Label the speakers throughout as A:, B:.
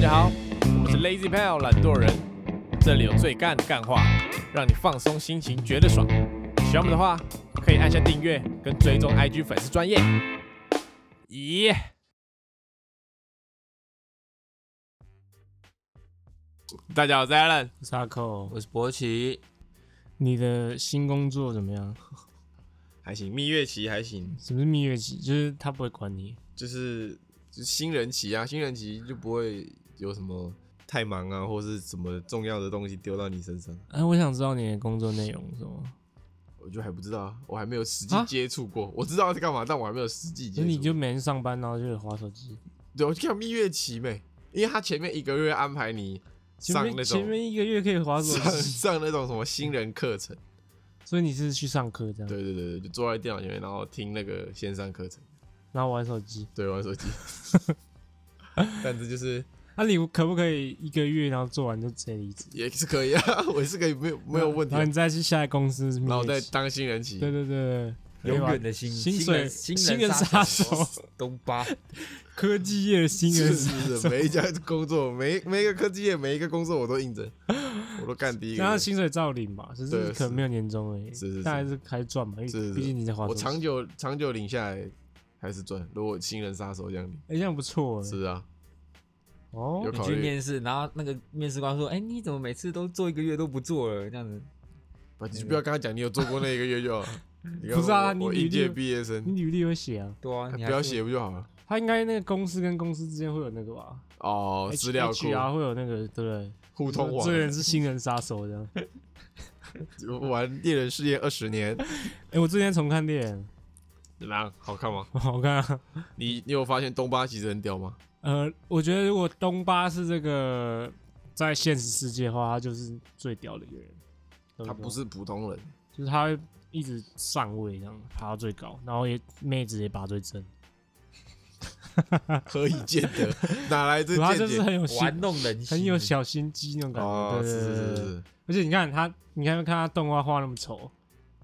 A: 家好，
B: 嗯
A: 我是 Lazy Pal 懒惰人，这里有最干的干话，让你放松心情，觉得爽。喜欢我们的话，可以按下订阅跟追踪 IG 粉丝专业。咦、大家好，我是 Alan。
C: 沙扣，
B: 我是博奇，
C: 哦你的新工作怎么样？
B: 还行，蜜月期还行，
C: 什么是蜜月期？就是他不会管你，
B: 就是就新人期啊，新人期就不会有什么太忙啊，或是什么重要的东西丢到你身上。
C: 哎、我想知道你的工作内容是什么，
B: 我就还不知道啊，我还没有实际
C: 啊
B: 接触过。我知道在干嘛，但我还没有实际接
C: 就
B: 触。
C: 你就每天上班然后就划手机，
B: 对，我就看蜜月期呗，因为他前面一个月安排你
C: 前
B: 上那
C: 面前
B: 种
C: 面一个月可以划手
B: 上
C: 机，
B: 上那种什么新人课程。
C: 嗯所以你是去上课这样，
B: 对对对对，就坐在电脑前面，然后听那个线上课程，
C: 然后玩手机。
B: 对，玩 手机。但这就是
C: 那、你可不可以一个月然后做完就直接离职？
B: 也是可以啊，我也是可以，没有没有问题啊
C: 然后。你再去下一个公司蜜月期，
B: 然后再当新人期，
C: 对对对，对
D: 永远的新
C: 薪
D: 新
C: 水
D: 人新
C: 新人
D: 人
C: 杀
D: 手
C: 手
D: 东巴，
C: 科技业的新人
B: 是是是，每一家工作，每每一个科技业，每一个工作我都应征，我都干第一
C: 然后
B: 个。
C: 薪水照领吧，只是
B: 对
C: 可
B: 是
C: 能没有年终而已，
B: 是是是
C: 但还是还是赚嘛，因
B: 是
C: 为
B: 是
C: 毕竟你在花。
B: 我长，久长久领下来还是赚，如果新人杀手这样领，
C: 哎，这样不错哎，
B: 是啊，
C: 哦
B: 有，
D: 你
B: 考
D: 去
B: 虑，
D: 面试，然后那个面试官说：“哎、你怎么每次都做一个月都不做了？”这样子，
B: 啊你就不要跟他讲你有做过那一个月 就好。你看
C: 不是啊
B: 我
C: 你
B: 我
C: 履历
B: 应届毕业生
C: 你，履历有写啊？
D: 对啊，
B: 不
D: 你还是
B: 要写不就好了？
C: 他应该那个公司跟公司之间会有那个吧？
B: 哦，资料库
C: 啊会有那个对不对？
B: 互通网
C: 这，个人是新人杀手这样。
B: 玩猎人事业二十年，
C: 哎，我之前重看电影，
B: 怎么样？好看吗？
C: 好看啊。
B: 你你有发现东巴其实很屌吗？
C: 呃，我觉得如果东巴是这个在现实世界的话，他就是最屌的一个人。懂
B: 他
C: 吗
B: 不，是普通人，
C: 就是他会一直上位这样爬到最高，然后也妹子也把最真，
B: 何以见得？ 哪来这
C: 他
B: 见
C: 就是
B: 解？
C: 很有心
D: 玩弄人心，
C: 很有小心机那种感觉。
B: 哦，
C: 对
B: 是是
C: 对对
B: 是
C: 对
B: 是
C: 对
B: 是，
C: 而且你看他，你看看他动画画那么丑，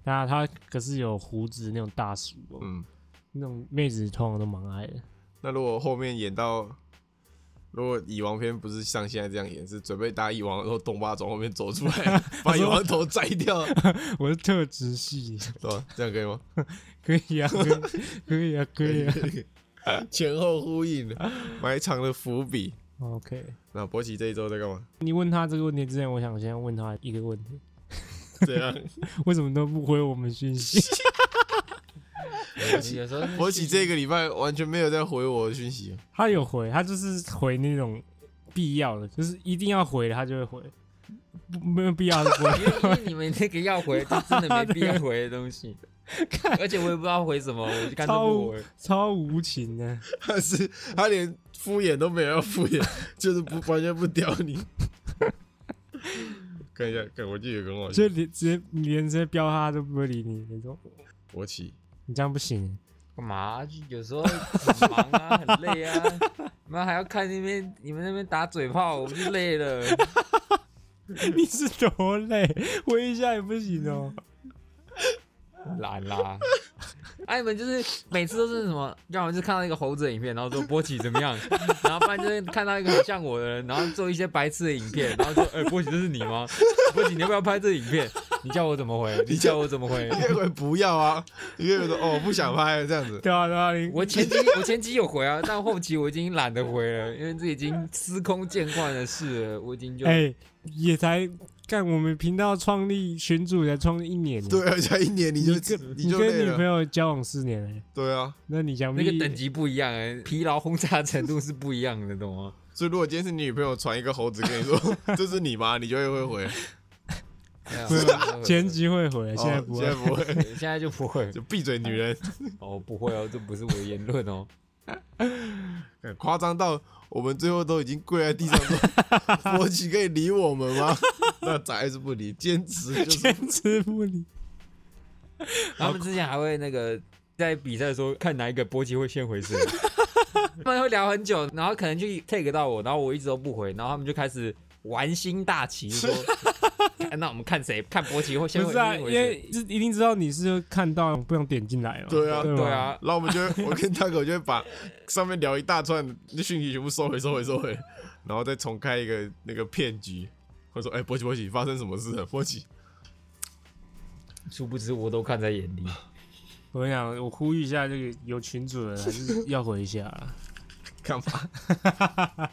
C: 那他可是有胡子那种大叔、哦，
B: 嗯。
C: 那种妹子通常都蛮爱的。
B: 那如果后面演到，如果蚁王篇不是像现在这样演，是准备打蚁王，然后东巴从后面走出 来，把蚁王头摘掉，
C: 我是特直系，
B: 对吧？这样可以吗？
C: 可以啊，可以，可以啊，可以啊。
B: 前后呼应，埋藏了伏笔。
C: 哦 OK，
B: 那博奇这一周在干嘛？
C: 你问他这个问题之前，我想先问他一个问题：
B: 这样，
C: 为什么都不回我们讯息？
D: 对。有时候那
B: 博奇这个礼拜完全没有在回我的讯息，
C: 他有回，他就是回那种必要的，就是一定要回的，他就会回。不没有必要的不会
D: 因为因为你们那个要回，就真的没必要回的东 西。
C: 看，
D: 而且我也不知道回什么，我就干脆
C: 超
D: 不
C: 无
D: 回。
C: 超无情的。
B: 但是他连敷衍都没有要敷衍， 就是不完全不屌你。 看一下，看我记得有个很好笑
C: 就，连直接你连直接飙他都不会理你那种，
B: 博奇。
C: 你这样不行。
D: 干嘛？就有时候很忙啊，很 累啊，妈还要看那边你们那边打嘴炮，我就累了。
C: 你是多累？回一下也不行 哦。
D: 懒啦。哎、你们就是每次都是什么，要么就看到一个猴子的影片，然后说波奇怎么 样，然后不然就是看到一个很像我的人，然后做一些白痴的影 片，然后说，哎、波奇这是你吗？波奇你要不要拍这个影片？ 你叫我怎么回？ 你叫我怎么回？
B: 你可以回不要啊，你可以说哦不想拍这样 子。
C: 对啊，对啊，你
D: 我前期我前期有回啊，但后期我已经懒得回了，因为这已经司空见惯的事了，我已经就、
C: 哎、也才干我们频道创立群主才创立一年呢，
B: 对啊，才一年你就你
C: 你
B: 就
C: 跟
B: 累
C: 女朋
B: 了。
C: 友交往四年了，
B: 对啊，
C: 那你想必
D: 那个等级不一样、哎，疲劳轰炸程度是不一样的，懂吗？
B: 所以如果今天是你女朋友传一个猴子跟你 说这是你吗，你就会会回。
D: 哎呀
C: 没有
D: 我 不会
C: 前期会回来，
B: 哦
C: 现在不会。
B: 现在不 会，
D: 现在就不 会
B: 就闭嘴女人。
D: 哦，不会哦，这不是我的言论哦。
B: 干夸张到我们最后都已经跪在地上说：“ 博奇可以理我们吗？” 那咋还是不理，坚持就是
C: 坚持不 离，
D: 他们之前还会那个在比赛的时候看哪一个波奇会先回谁， 他们会聊很久，然后可能就 take 到我，然后我一直都不回，然后他们就开始玩心大起，说 看那我们看谁看波奇会先
C: 不
D: 回
C: 是啊，
D: 先
C: 因
D: 回谁。
C: 为是一定知道你是看到不想点进来嘛。哦
B: 对啊
C: 吧
D: 对，啊，
B: 然后我们就会我跟大狗就会把上面聊一大串的讯息全部收回收回收回，然后再重开一个那个骗局，会说：“哎、波奇波奇，发生什么事了？波奇，
D: 殊不知我都看在眼里。
C: 我跟你讲，我呼吁一下，这个有群主的人还是要回一下啊啦。
B: 干嘛？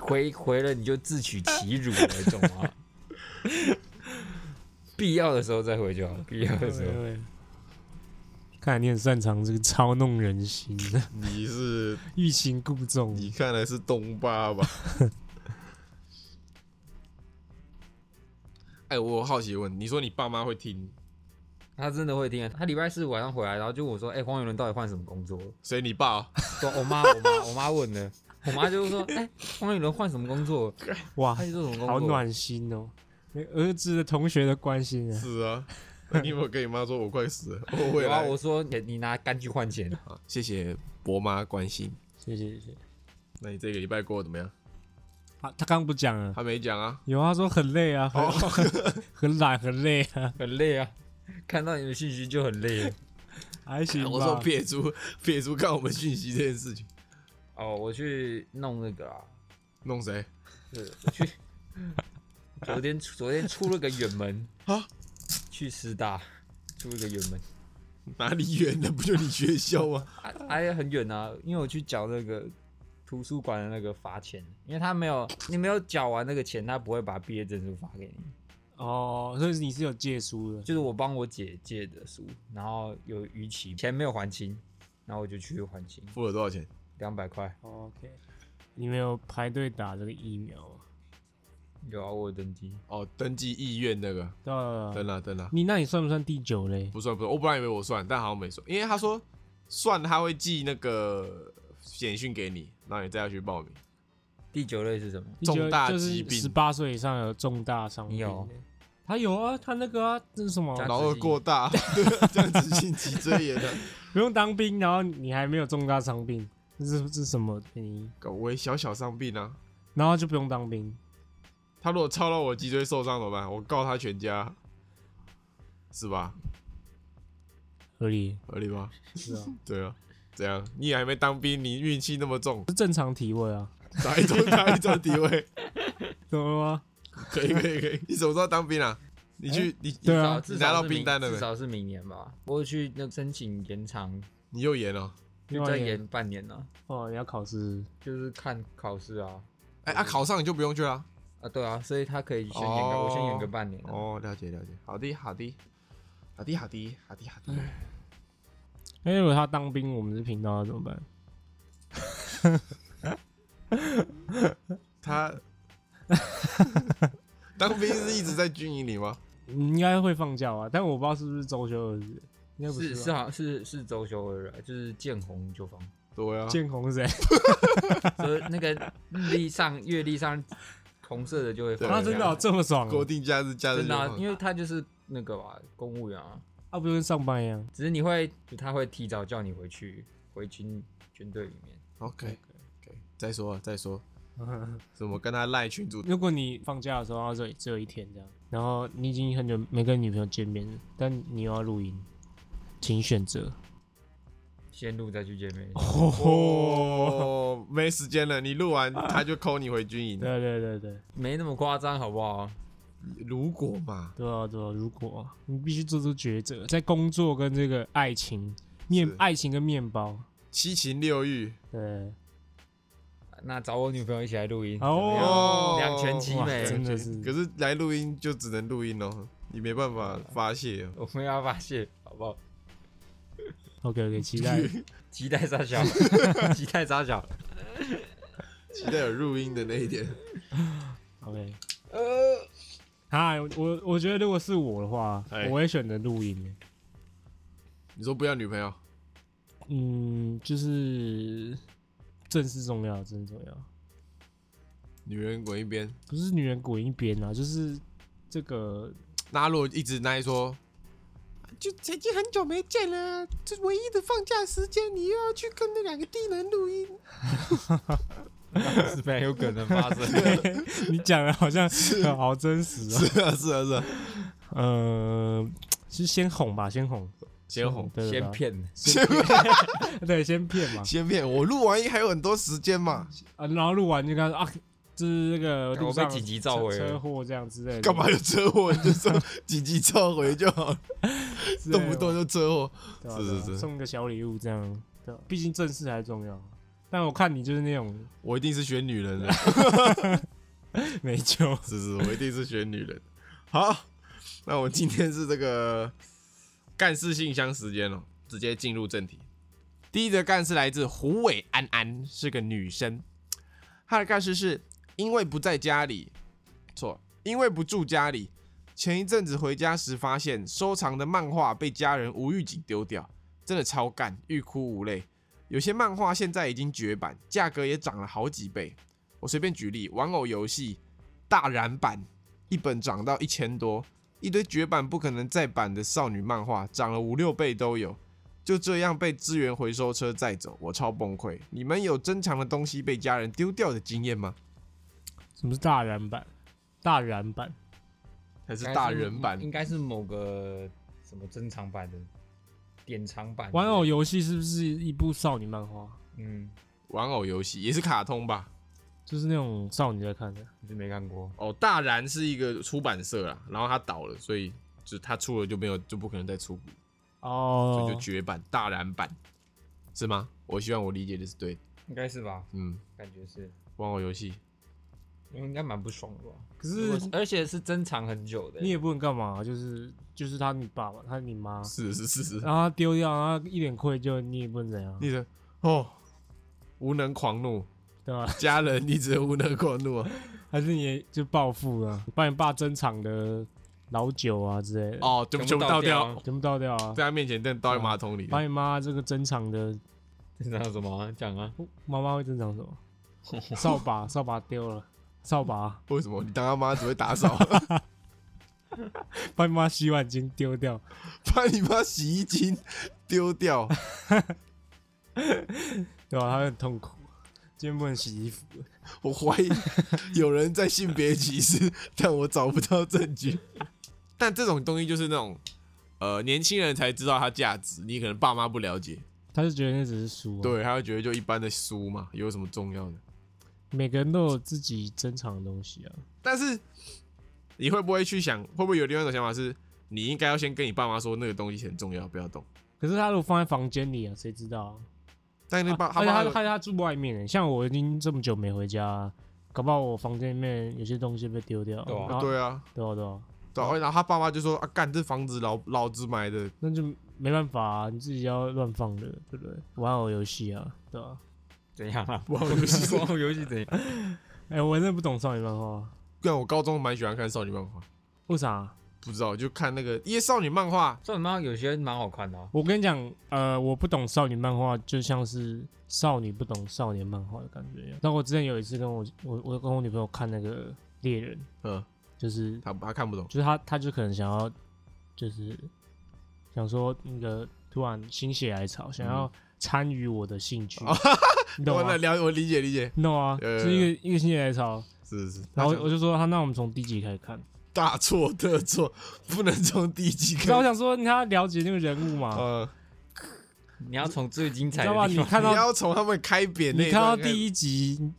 D: 回回了你就自取其辱了，你懂吗？ 必要的时候再回就好，必要的时候。
C: 对看来你很擅长这个操弄人心 的，
B: 你 是
C: 欲擒故纵。
B: 你看来是东巴吧？哎、我有好奇问，你说你爸妈会听，
D: 他真的会听，啊他礼拜四晚上回来，然后就问我说：“哎、黄永伦到底换什么工作了
B: 所以你爸哦、？”
D: 说：“我妈，我妈，我妈问的。”我妈就说：“哎、黄永伦换什么工作？
C: 哇
D: 他，去做什么工作？”
C: 好暖心哦、连儿子的同学的关心啊，
B: 是 啊，那你有没有跟你妈说我快死了？我回
D: 有啊，
B: 来，
D: 我说你你拿干去换钱，
B: 啊谢谢伯妈关心。
C: 谢谢谢谢。
B: 那你这个礼拜过得怎么样？
C: 啊，他刚刚不讲了，
B: 他没讲啊。
C: 有啊他说很累啊，很、
B: 哦，
C: 很懒很累 啊，
D: 很累啊，看到你的信息就很累了。
C: 还行吧。
B: 哎我说撇除撇除看我们讯息这件事情，
D: 哦，我去弄那个啊，
B: 弄谁？
D: 是我去昨天昨天出了个远门
B: 啊，
D: 去师大出了个远门，
B: 哪里远的？不就你学校吗？
D: 哎、啊、哎、很远啊，因为我去缴那个图书馆的那个罚钱，因为他没有你没有缴完那个钱，他不会把毕业证书发给你。
C: 哦，所以你是有借书的，
D: 就是我帮我姐借的书，然后有逾期，钱没有还清，然后我就去还清
B: 付了多少钱？
D: 两百块。
C: 哦 OK，你们有排队打这个疫苗啊吗？
D: 有啊，我有登记。
B: 哦，登记意愿那个，
C: 对啊
B: 登了登了，
C: 你那你算不算第九类？
B: 不算不算，我本来以为我算，但好像没算，因为他说算他会寄那个简讯给你，然后你再去报名。
D: 第九类是什么？
C: 第九
B: 重大疾
C: 就是
B: 病
C: 十八岁以上有重大伤病。
D: 你有？
C: 他有啊，他那个啊，这是什么？
D: 加他
B: 老二
D: 自己
B: 过大， 这样子性脊椎炎的，
C: 不用当兵，然后你还没有重大伤病，这是这是什么原因？
B: 搞我也小小伤病啊。
C: 然后就不用当兵。
B: 他如果操到我脊椎受伤怎么办？我告他全家，是吧？
C: 合理
B: 合理吧？
C: 是啊，
B: 对啊，怎样？你也还没当兵，你运气那么重，
C: 是正常体位啊，
B: 打一周打一周敌 位，
C: 懂了吗？
B: 可以可以可以。你什么时候当兵啊？你
D: 哎
B: 去你
C: 对
D: 至
C: 啊
D: 少至少
B: 拿到
D: 是明
B: 兵单了没
D: 至少是明年吧。我有去那个申请延长，
B: 你又演了。
C: 另
D: 就
C: 外
D: 再
C: 一个
D: 延半年了，
C: 哦，你要考试，
D: 就是看考试啊
B: 哎、啊，考上你就不用去了。
D: 啊，对啊，所以他可以先延个，
B: 哦
D: 我先延个半年啊。
B: 哦，了解了解，好的好的，好的好的好的好的。
C: 哎，如果他当兵，我们这频道要怎么办？
B: 他 当兵是一直在军营里吗？
C: 应该会放假啊，但我不知道是不是周休二日，应该不
D: 是是
C: 吧？
D: 好是是周休二日啊，就是见红就放，
B: 对啊，
C: 建宏是谁？
D: 所以那个日历上月历上红色的就会
B: 对
D: 放
B: 啊
C: 他
D: 假。
C: 真的哦这么哦爽哦，
B: 国定假日假日
D: 真的啊、
B: 就放
D: 因为他就是那个吧，公务员啊，
C: 他不就跟上班一样？
D: 只是你会就他会提早叫你回去回军军队里面。哎
B: OK OK，再说啊再说，怎么跟他赖群主？
C: 如果你放假的时候，然后只有只有一天这样，然后你已经很久没跟女朋友见面了，但你又要录音，请选择。
D: 先录再去见面，
C: 哦
B: 哦，没时间了，你录完
D: 啊
B: 他就扣你回军营。
C: 对对对对，
D: 没那么夸张，好不好？
B: 如果嘛，
C: 对啊对啊，如果啊你必须做出抉择，在工作跟这个爱情面
B: 是，
C: 爱情跟面包，
B: 七情六欲，
C: 对，
D: 那找我女朋友一起来录音，
C: 哦
D: 怎么样两全其
C: 哇，真
D: 美。
C: 的是
B: 可是来录音就只能录音哦，你没办法发泄哦。
D: 我们要发泄，好不好？
C: OK OK，期待
D: 期待 傻小，期待傻小。
B: 期待有录音的那一天。
C: OK。呃，啊，我我觉得如果是我的话
B: 哎，
C: 我会选择录音耶。
B: 你说不要女朋友，
C: 嗯，就是正是重要，正是重要。
B: 女人滚一边。
C: 不是女人滚一边啊， 就是这个
B: 那如果一直那一说，就已经很久没见了，这唯一的放假时间，你又要去跟那两个低能录 音，
D: 是非常有可能发生。
C: 你讲的好像好真实哦。
B: 是啊，是啊，是啊，
C: 呃，是先哄吧，先哄，
B: 先红，
C: 对对对
D: 先骗，
B: 先
C: 啊，对，先骗嘛，
B: 先骗我录完还有很多时间嘛，
C: 啊，然后录完就看啊，这是那个
D: 干
C: 路
D: 我被
C: 上
D: 紧急召回
C: 车
D: 了
C: 车祸这样之类的，
B: 干嘛有车祸 你就说紧急召回就好，
C: 之类的
B: 动不动就车祸。
C: 对啊
B: 是
C: 对啊
B: 是是
C: 送个小礼物这样，对啊，毕竟正事还重要。但我看你就是那种
B: 我一定是选女人啊的，
C: 没救，
B: 是是，我一定是选女人。好，那我们今天是这个干事信箱时间哦，直接进入正题。第一则干事来自胡伟安安，是个女生。她的干事是因为不在家里，错，因为不住家里。前一阵子回家时发现收藏的漫画被家人无预警丢掉，真的超干，欲哭无泪。有些漫画现在已经绝版，价格也涨了好几倍。我随便举例，玩偶游戏大染版，一本涨到一千多，一堆绝版不可能再版的少女漫画涨了五六倍都有，就这样被资源回收车载走，我超崩溃。你们有珍藏的东西被家人丢掉的经验吗？
C: 什么是大染版？大染版
B: 还是大人版？
D: 应该是某个什么珍藏版的典藏版
C: 玩偶，游戏是不是一部少女漫画？
D: 嗯，
B: 玩偶游戏也是卡通吧？
C: 就是那种少女在看的，
D: 你是没看过，
B: 哦，大然是一个出版社啦，然后它倒了，所以就它出了就没有就不可能再出，所以
C: 哦
B: 就，绝版大然版，是吗？我希望我理解的是对的，
D: 应该是吧？
B: 嗯，
D: 感觉是，
B: 玩偶游戏
D: 因为应该蛮不爽的吧？
C: 可
D: 如果
C: 是
D: 是而且是珍藏很久的，
C: 你也不能干嘛，就是就是他你爸爸，他你妈，
B: 是是是是，
C: 然后他丢掉，然后一脸愧疚，你也不能怎样，
B: 你的哦，无能狂怒，
C: 对吧？
B: 家人一直无能狂怒啊。
C: 还是你也就报复了，把你爸珍藏的老酒啊之 类的，
B: 哦，全部全部倒
D: 全部
B: 掉哦
D: 倒，
C: 全部倒掉啊，
B: 在他面前，但倒在马桶里。
C: 把你妈这个珍藏的
D: 珍藏什么啊讲啊？
C: 妈妈会珍藏 什么？扫把，扫把丢了，扫把，
B: 为什么你当他妈只会打 扫？
C: 把你妈洗碗巾丢掉，
B: 把你妈洗衣精丢掉，
C: 对吧、她会很痛苦，今天不能洗衣服，
B: 我怀疑有人在性别歧视， 但我找不到证据。但这种东西就是那种，呃，年轻人才知道它价值，你可能爸妈不了解，
C: 她就觉得那只是书、啊。，
B: 对，他会觉得就一般的书嘛，有什么重要的？
C: 每个人都有自己珍藏的东西啊。
B: 但是你会不会去想，会不会有另外一种想法是，你应该要先跟你爸妈说那个东西很重要，不要动。
C: 可是她如果放在房间里啊，谁知道、啊？
B: 但那爸、 他
C: 而且
B: 爸
C: 她
B: 有
C: 她她住外面、欸，像我已经这么久没回家、搞不好我房间里面有些东西被丢掉，
D: 对啊
C: 然后
B: 对啊，
C: 对啊对啊，
B: 对啊，然后他爸妈就说啊，干这房子老老子买的，
C: 那就没办法、啊，你自己要乱放的，对不对？玩偶游戏啊，对吧、啊？
D: 怎样 啊？
B: 玩偶游戏
D: 玩偶游戏怎样？
C: 哎、我真的不懂少女漫画，
B: 干我高中蛮喜欢看少女漫画，
C: 为啥啊、
B: 不知道就看那个，因为少女漫画
D: 少女漫画有些蛮好看的啊，
C: 我跟你讲，呃，我不懂少女漫画，就像是少女不懂少年漫画的感觉一样。那我之前有一次跟我我我跟我女朋友看那个猎人，
B: 嗯，
C: 就是
B: 他他看不懂，
C: 就是他他就可能想要就是想说那个突然心血来潮，想
B: 嗯
C: 要参与我的兴趣，
B: 哦
C: 你懂 啊
B: 我
C: 吗
B: 来？了我理解理解，
C: 你懂吗？
B: 呃
C: 是一个一个心血来潮，
B: 是是，
C: 然
B: 然
C: 后
B: 后
C: 我就说他，那我们从第几开始看？
B: 大错特错，不能从第一集
C: 然后我
B: 看，
C: 想说，你要了解那个人物嘛，
B: 呃，
D: 你要从最精
C: 你
D: 彩
C: 知
D: 的
C: 道吧？
D: 地
C: 你
D: 方
C: 看
B: 你
C: 到
B: 要从他们开扁那
C: 你
B: 一
C: 看
B: 段
C: 到
B: 开始
C: 第一集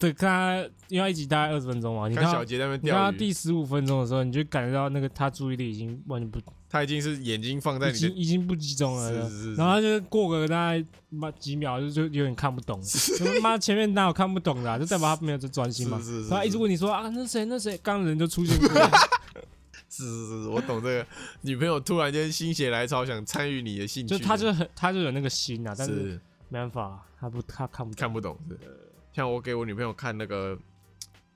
C: 的，看他因为他一集大概二十分钟嘛，你
B: 看
C: 看
B: 小
C: 到
B: 杰在那边
C: 你看
B: 钓
C: 到
B: 鱼，
C: 第十五分钟的时候，你就感觉到那个他注意力已经完全不，
B: 他已经是眼睛放在
C: 已
B: 你
C: 经
B: 的，
C: 已经不集中了。
B: 是是是
C: 然后他就过个大概妈几秒，就就有点看不懂。他妈前面哪有看不懂的啊、就代表他没有在专心嘛
B: 是。是是
C: 他一直
B: 是
C: 问你说啊，那谁那谁，刚刚人就出现过，
B: 是是是，我懂 这个。女朋友突然间心血来潮想参与你的兴趣，
C: 就他就很他就有那个心啊，但是呃
B: 是
C: 没办法，啊他不他看不懂。
B: 看不懂是。像我给我女朋友看那个《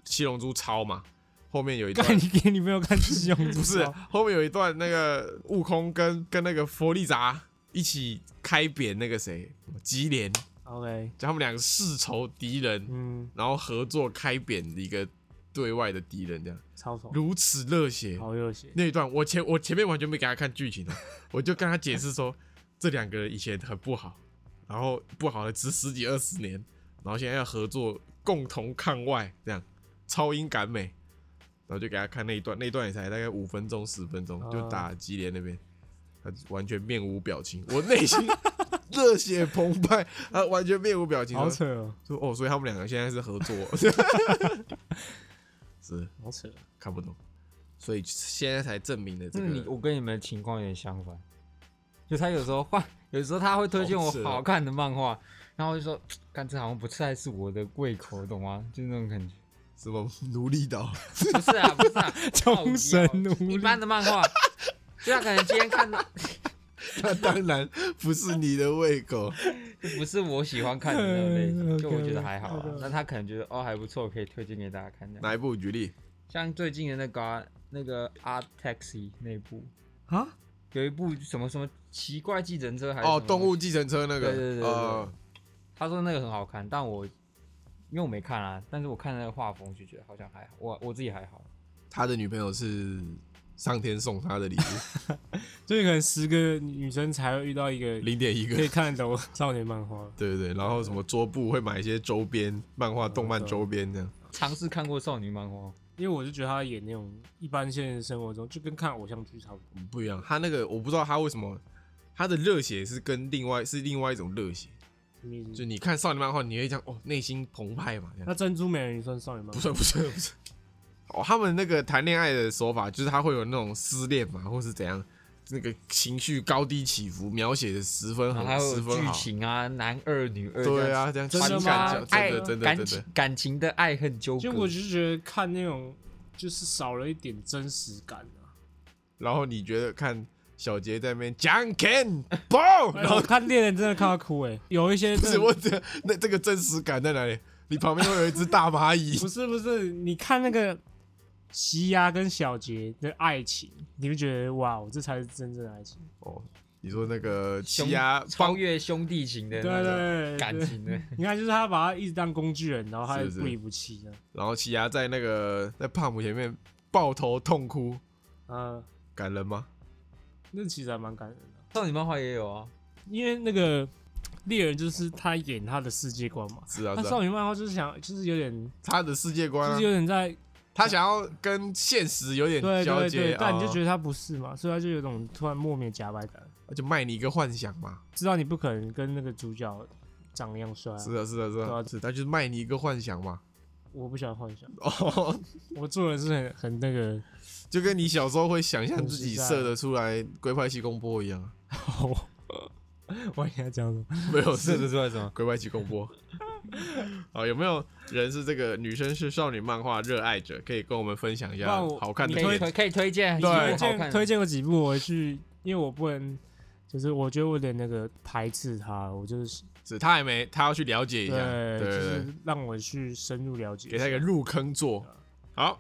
B: 七龙珠超》嘛，后面有一段
C: 看你给女朋友看哦七龙 珠，
B: 不是后面有一段那个悟空跟跟那个佛利扎一起开扁那个谁吉莲，
C: ？OK，
B: 就他们两个世仇敌人，
C: 嗯，
B: 然后合作开扁一个对外的敌人，这样
C: 超爽，
B: 如此热血。
C: 好热血。
B: 那一段，我前我前面完全没给他看剧情的， 我就跟他解释说，这两个人以前很不好，然后不好了，只十几二十年，然后现在要合作，共同抗外，这样超英赶美，
C: 啊
B: 然后就给他看那一段，那一段也才大概五分钟十分钟，就打吉连那边，他完全面无表情，我内心热血澎湃，他完全面无表情，
C: 好
B: 说
C: 扯哦，
B: 说哦，所以他们两个现在是合作， 是
C: 好扯哦。
B: 看不懂，所以现在才证明了这
D: 那
B: 个。
D: 你我跟你们的情况有点相反，就他有时候换，有时候他会推荐我
B: 好吃哦
D: 好看的漫画，然后我就说，看这好像不太是我的胃口，懂吗？就那种感觉。
B: 什么奴隶岛？
D: 不是啊，不是 啊，
C: 穷神
D: 靠腰
C: 奴隶
D: 一般的漫画，就他可能今天看到
B: 那当然不是你的胃口。
D: 不是我喜欢看的那种类 型，
C: OK，
D: 就我觉得还好啊
C: OK。
D: 那他可能觉得哦还不错，可以推荐给大家看这样。
B: 哪一部？举例
D: 像最近的那个啊、那个 Art Taxi 那部，
B: 啊？
D: 有一部什么什么奇怪计程车还是什
B: 哦，
D: 么
B: 动物计程车那个。
D: 对对对对
B: 呃，
D: 他说那个很好看，但我因为我没看啊，但是我看那个画风就觉得好像还好，我我自己还好。
B: 他的女朋友是上天送他的礼 物，
C: 就是可能十个女生才会遇到一个
B: 零点一个
C: 可。以看得懂少年漫画。
B: 对对对，然后什么桌布会买一些周边，漫画、动漫周边这样。
D: 尝试看过少女漫画，
B: 嗯
C: 因为我就觉得他演那种一般现实生活中就跟看偶像剧差不多，
B: 不一样，他那个我不知道他为什么，他的热血是跟另外是另外一种热血，
C: 什么意
B: 就
C: 思？
B: 你看少年漫画，你会这样哦，内心澎湃嘛，这样
C: 那珍珠美人鱼算少年漫
B: 不
C: 画？
B: 算不算不算。哦，他们那个谈恋爱的手法，就是他会有那种失恋嘛，或是怎样，那个情绪高低起伏，描写的十分
D: 然后
B: 好
D: 啊还，有
B: 十分
D: 剧
B: 好。
D: 情啊，男二女二，
B: 对，啊，这样情
C: 真的吗
B: 感
D: 爱
B: 真的真的
D: 感
B: 真
D: 情
B: 的，
D: 感情的爱恨纠葛
C: 就，我就觉得看那种就是少了一点真实感啊。
B: 然后你觉得看小杰在那边讲 can boom，然
C: 然后
B: 后
C: 看恋人真的看到哭哎、有一些
B: 不
C: 真
B: 是
C: 的
B: 我这那这个真实感在哪里？你旁边会有一只大蚂蚁，
C: 不是不是，你看那个奇亚跟小杰的爱情，你会觉得哇，这才是真正的爱情。
B: 哦，你说那个
D: 兄
B: 欺压
D: 超
B: 帮
D: 越兄弟情的
C: 对
D: 那
C: 对
D: 种
C: 对，
D: 感
C: 对
D: 情的，
C: 你看，就是他把他一直当工具人，然后他
B: 是
C: 又
B: 是
C: 不离不弃的。
B: 然后欺压在那个在胖虎前面抱头痛哭，
C: 嗯，
B: 感人吗？
C: 那其实还蛮感人的，
D: 少女漫画也有啊，
C: 因为那个猎人就是他演他的世界观嘛。
B: 是啊
C: 那
B: 是
C: 少
B: 啊，
C: 女漫画就是想，就是有点，
B: 他的世界观、
C: 就
B: 啊
C: 是，有点在
B: 他想要跟现实有点
C: 对
B: 交
C: 对对
B: 接，，哦
C: 但你就觉
B: 得
C: 得他不是嘛，所以他就有种突然莫名的夹白感，
B: 就卖你一个幻想嘛，
C: 知道你不可能跟那个主角长一样帅啊。
B: 是啊是啊是
C: 对
B: 啊，
C: 啊
B: 是他就是卖你一个幻想嘛，
C: 我不喜欢幻想，啊
B: 哦，
C: 我做人是很很那个，
B: 就跟你小时候会想象
C: 很
B: 自
C: 实
B: 己
C: 在
B: 射得出来龟派气功波一样啊，
C: 我应该这样说。
B: 没有是
D: 出来什么？
B: 龟派气功 波。好，有没有人是这个女生是少女漫画热爱者？可以跟我们分享一下
C: 不然我
B: 好看的
D: 可
C: 你
D: 以
B: 片。
D: 推可以推荐，
B: 对
D: 好
C: 推
D: 看
C: 荐
D: 的
C: 推荐我几部，我去，因为我不能，就是我觉得我有点那个排斥它，我就是
B: 是他还没，他要去了解一
C: 对，
B: 下，对
C: 就
B: 对对，
C: 是让我去深入了解下，
B: 给他一 个入坑做。好，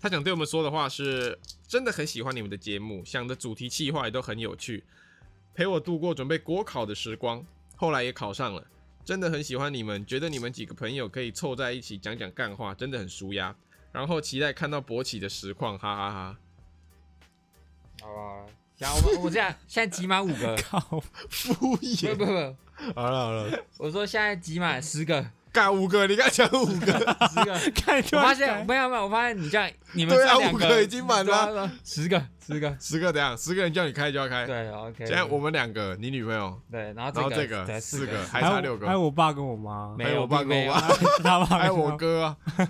B: 他想对我们说的话是：真的很喜欢你们的节目，想的主题企划也都很有趣，陪我度过准备国考的时光，后来也考上了。真的很喜欢你们，觉得你们几个朋友可以凑在一起讲讲干话，真的很舒压。然后期待看到勃起的实况，哈哈哈
D: 好啊，然后我们我这样现在集满五个，
C: 靠，
B: 敷
D: 不
B: 衍。
D: 不不，
B: 好了好了，
D: 我说现在集满十个，
B: 干五个，你刚讲五个，
D: 十个。
C: 看突
D: 我发
C: 然
D: 现
C: 间
D: 没有没有，我发现你这样，你们
B: 对啊
D: 这两
B: 五个已经满了啊，
D: 对啊十个十个，
B: 十个怎样？十个人叫你开就要开。
D: 对，OK。
B: 现在我们两个，你女朋友，
D: 对，然后
B: 然后这
D: 个
B: 个
D: 对
B: 四
D: 四
B: 个，，还
C: 还有
B: 差
C: 我
B: 六个
C: 还，有我爸跟我妈，
D: 没
B: 还有
D: 有
B: 我爸
D: 并没
B: 跟
D: 有
B: 我，
C: 他爸
B: 还有我
C: 跟
B: 哥啊，
C: 妈，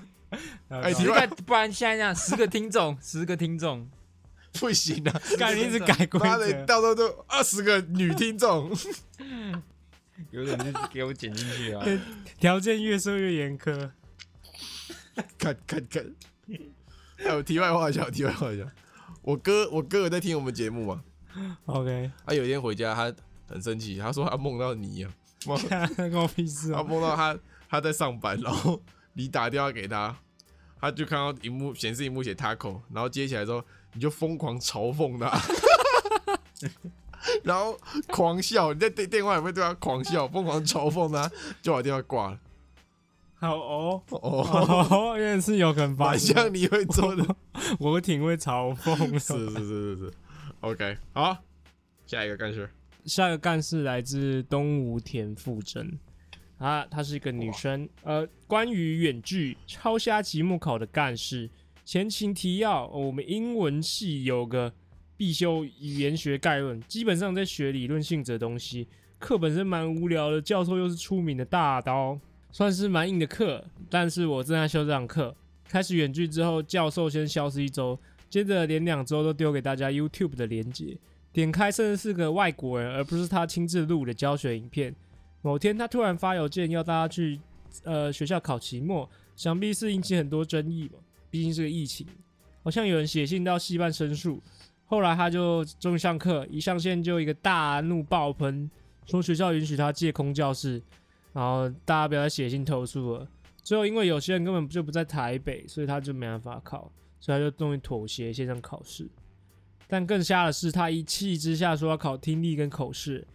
B: 哎
C: 哎
B: 题
D: 十
B: 外
D: 个，不然现在这样十个听众，十个听众，
B: 不行啊，
C: 干你一直改规
B: 妈
C: 则
B: 的，，到时候就二十个女听众，
D: 有种就给我剪进去啊。
C: 条件越设越严苛，
B: 看看看。还有题外话一下，题外话一下，我哥我哥有在听我们节目嘛？
C: OK，
B: 他有一天回家，他很生气，他说他梦到你啊，梦
C: 看关我屁事
B: 他
C: 啊！
B: 梦到他他在上班，然后 你打电话给他，他就看到荧幕显示荧幕写 taco，然后接起来之后你就疯狂嘲讽他， 然后狂笑，你在电电话里面对他狂笑，疯狂嘲讽他，就把电话挂了。
C: 好哦，
B: 哦，
C: 哦，原来是有可 能发
B: 蛮
C: 生，
B: 像你会做 的，
C: 我挺会嘲讽的，
B: 是是是是是，OK，好，下一个干事，
C: 下一个干事来自东吴田馥甄，她她是一个女生。呃，关于远距超哦虾期末考的干事，前情提要，呃我们英文系有个必修语言学概论，基本上在学理论性质的东西。课本身蛮无聊的，教授又是出名的大刀，算是蛮硬的课。但是我正在修这堂课。开始远距之后，教授先消失一周，接着连两周都丢给大家 YouTube 的连接，点开甚至是个外国人，而不是他亲自录的教学影片。某天他突然发邮件要大家去呃学校考期末，想必是引起很多争议嘛，毕竟是个疫情。好像有人写信到系办申诉，后来他就终于上课，一上线就一个大怒爆喷，说学校允许他借空教室，然后大家不要再写信投诉了。最后因为有些人根本就不在台北，所以他就没办法考，所以他就终于妥协线上考试。但更瞎的是，他一气之下说要考听力跟口试，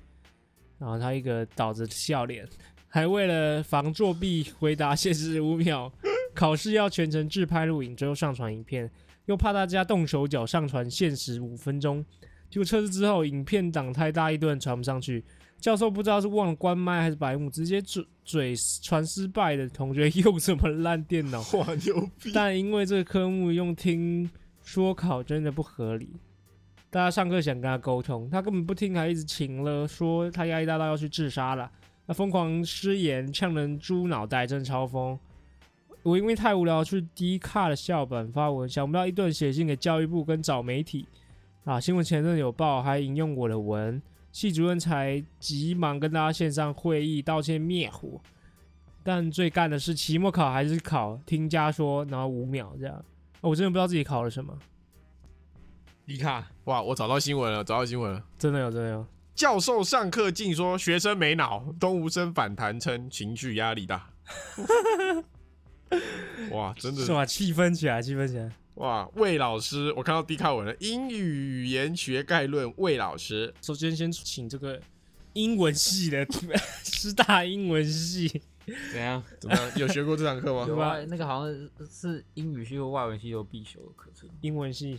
C: 然后他一个倒着笑脸，还为了防作弊回答限时五秒，考试要全程自拍录影，最后上传影片，又怕大家动手脚上传限时五分钟。结果测试之后，影片档太大一顿传不上去，教授不知道是忘了关麦还是白目，直接嘴嘴传失败的同学 用什么烂电脑，
B: 哇，牛逼！
C: 但因为这个科目用听说考真的不合理，大家上课想跟他沟通，他根本不听，还一直请了，说他压力大到要去自杀了，那疯狂失言，呛人猪脑袋，真的超疯。我因为太无聊，去 D 卡的校本发文，想不到一顿写信给教育部跟找媒体啊，新闻前阵有报，还引用我的文，系主任才急忙跟大家线上会议道歉灭火。但最干的是期末考还是考听家说，然后五秒这样、哦我真的不知道自己考了什么，
D: 你看，
B: 哇，我找到新闻了，找到新闻了。
C: 真的有真的有，
B: 教授上课竟说学生没脑，东吴生反弹称情绪压力 大。哇，真的
C: 是吧？气氛起来，气氛起来，
B: 哇！魏老师，我看到低卡文了，《英语语言学概论》，魏老师，
C: 首先先请这个英文系的 师大英文系，
D: 怎样？
B: 怎么样？ 有学过这堂课吗？
C: 有
D: 有
C: 吧
D: 啊，那个好像是英语系或外文系都必修的课程，
C: 英文系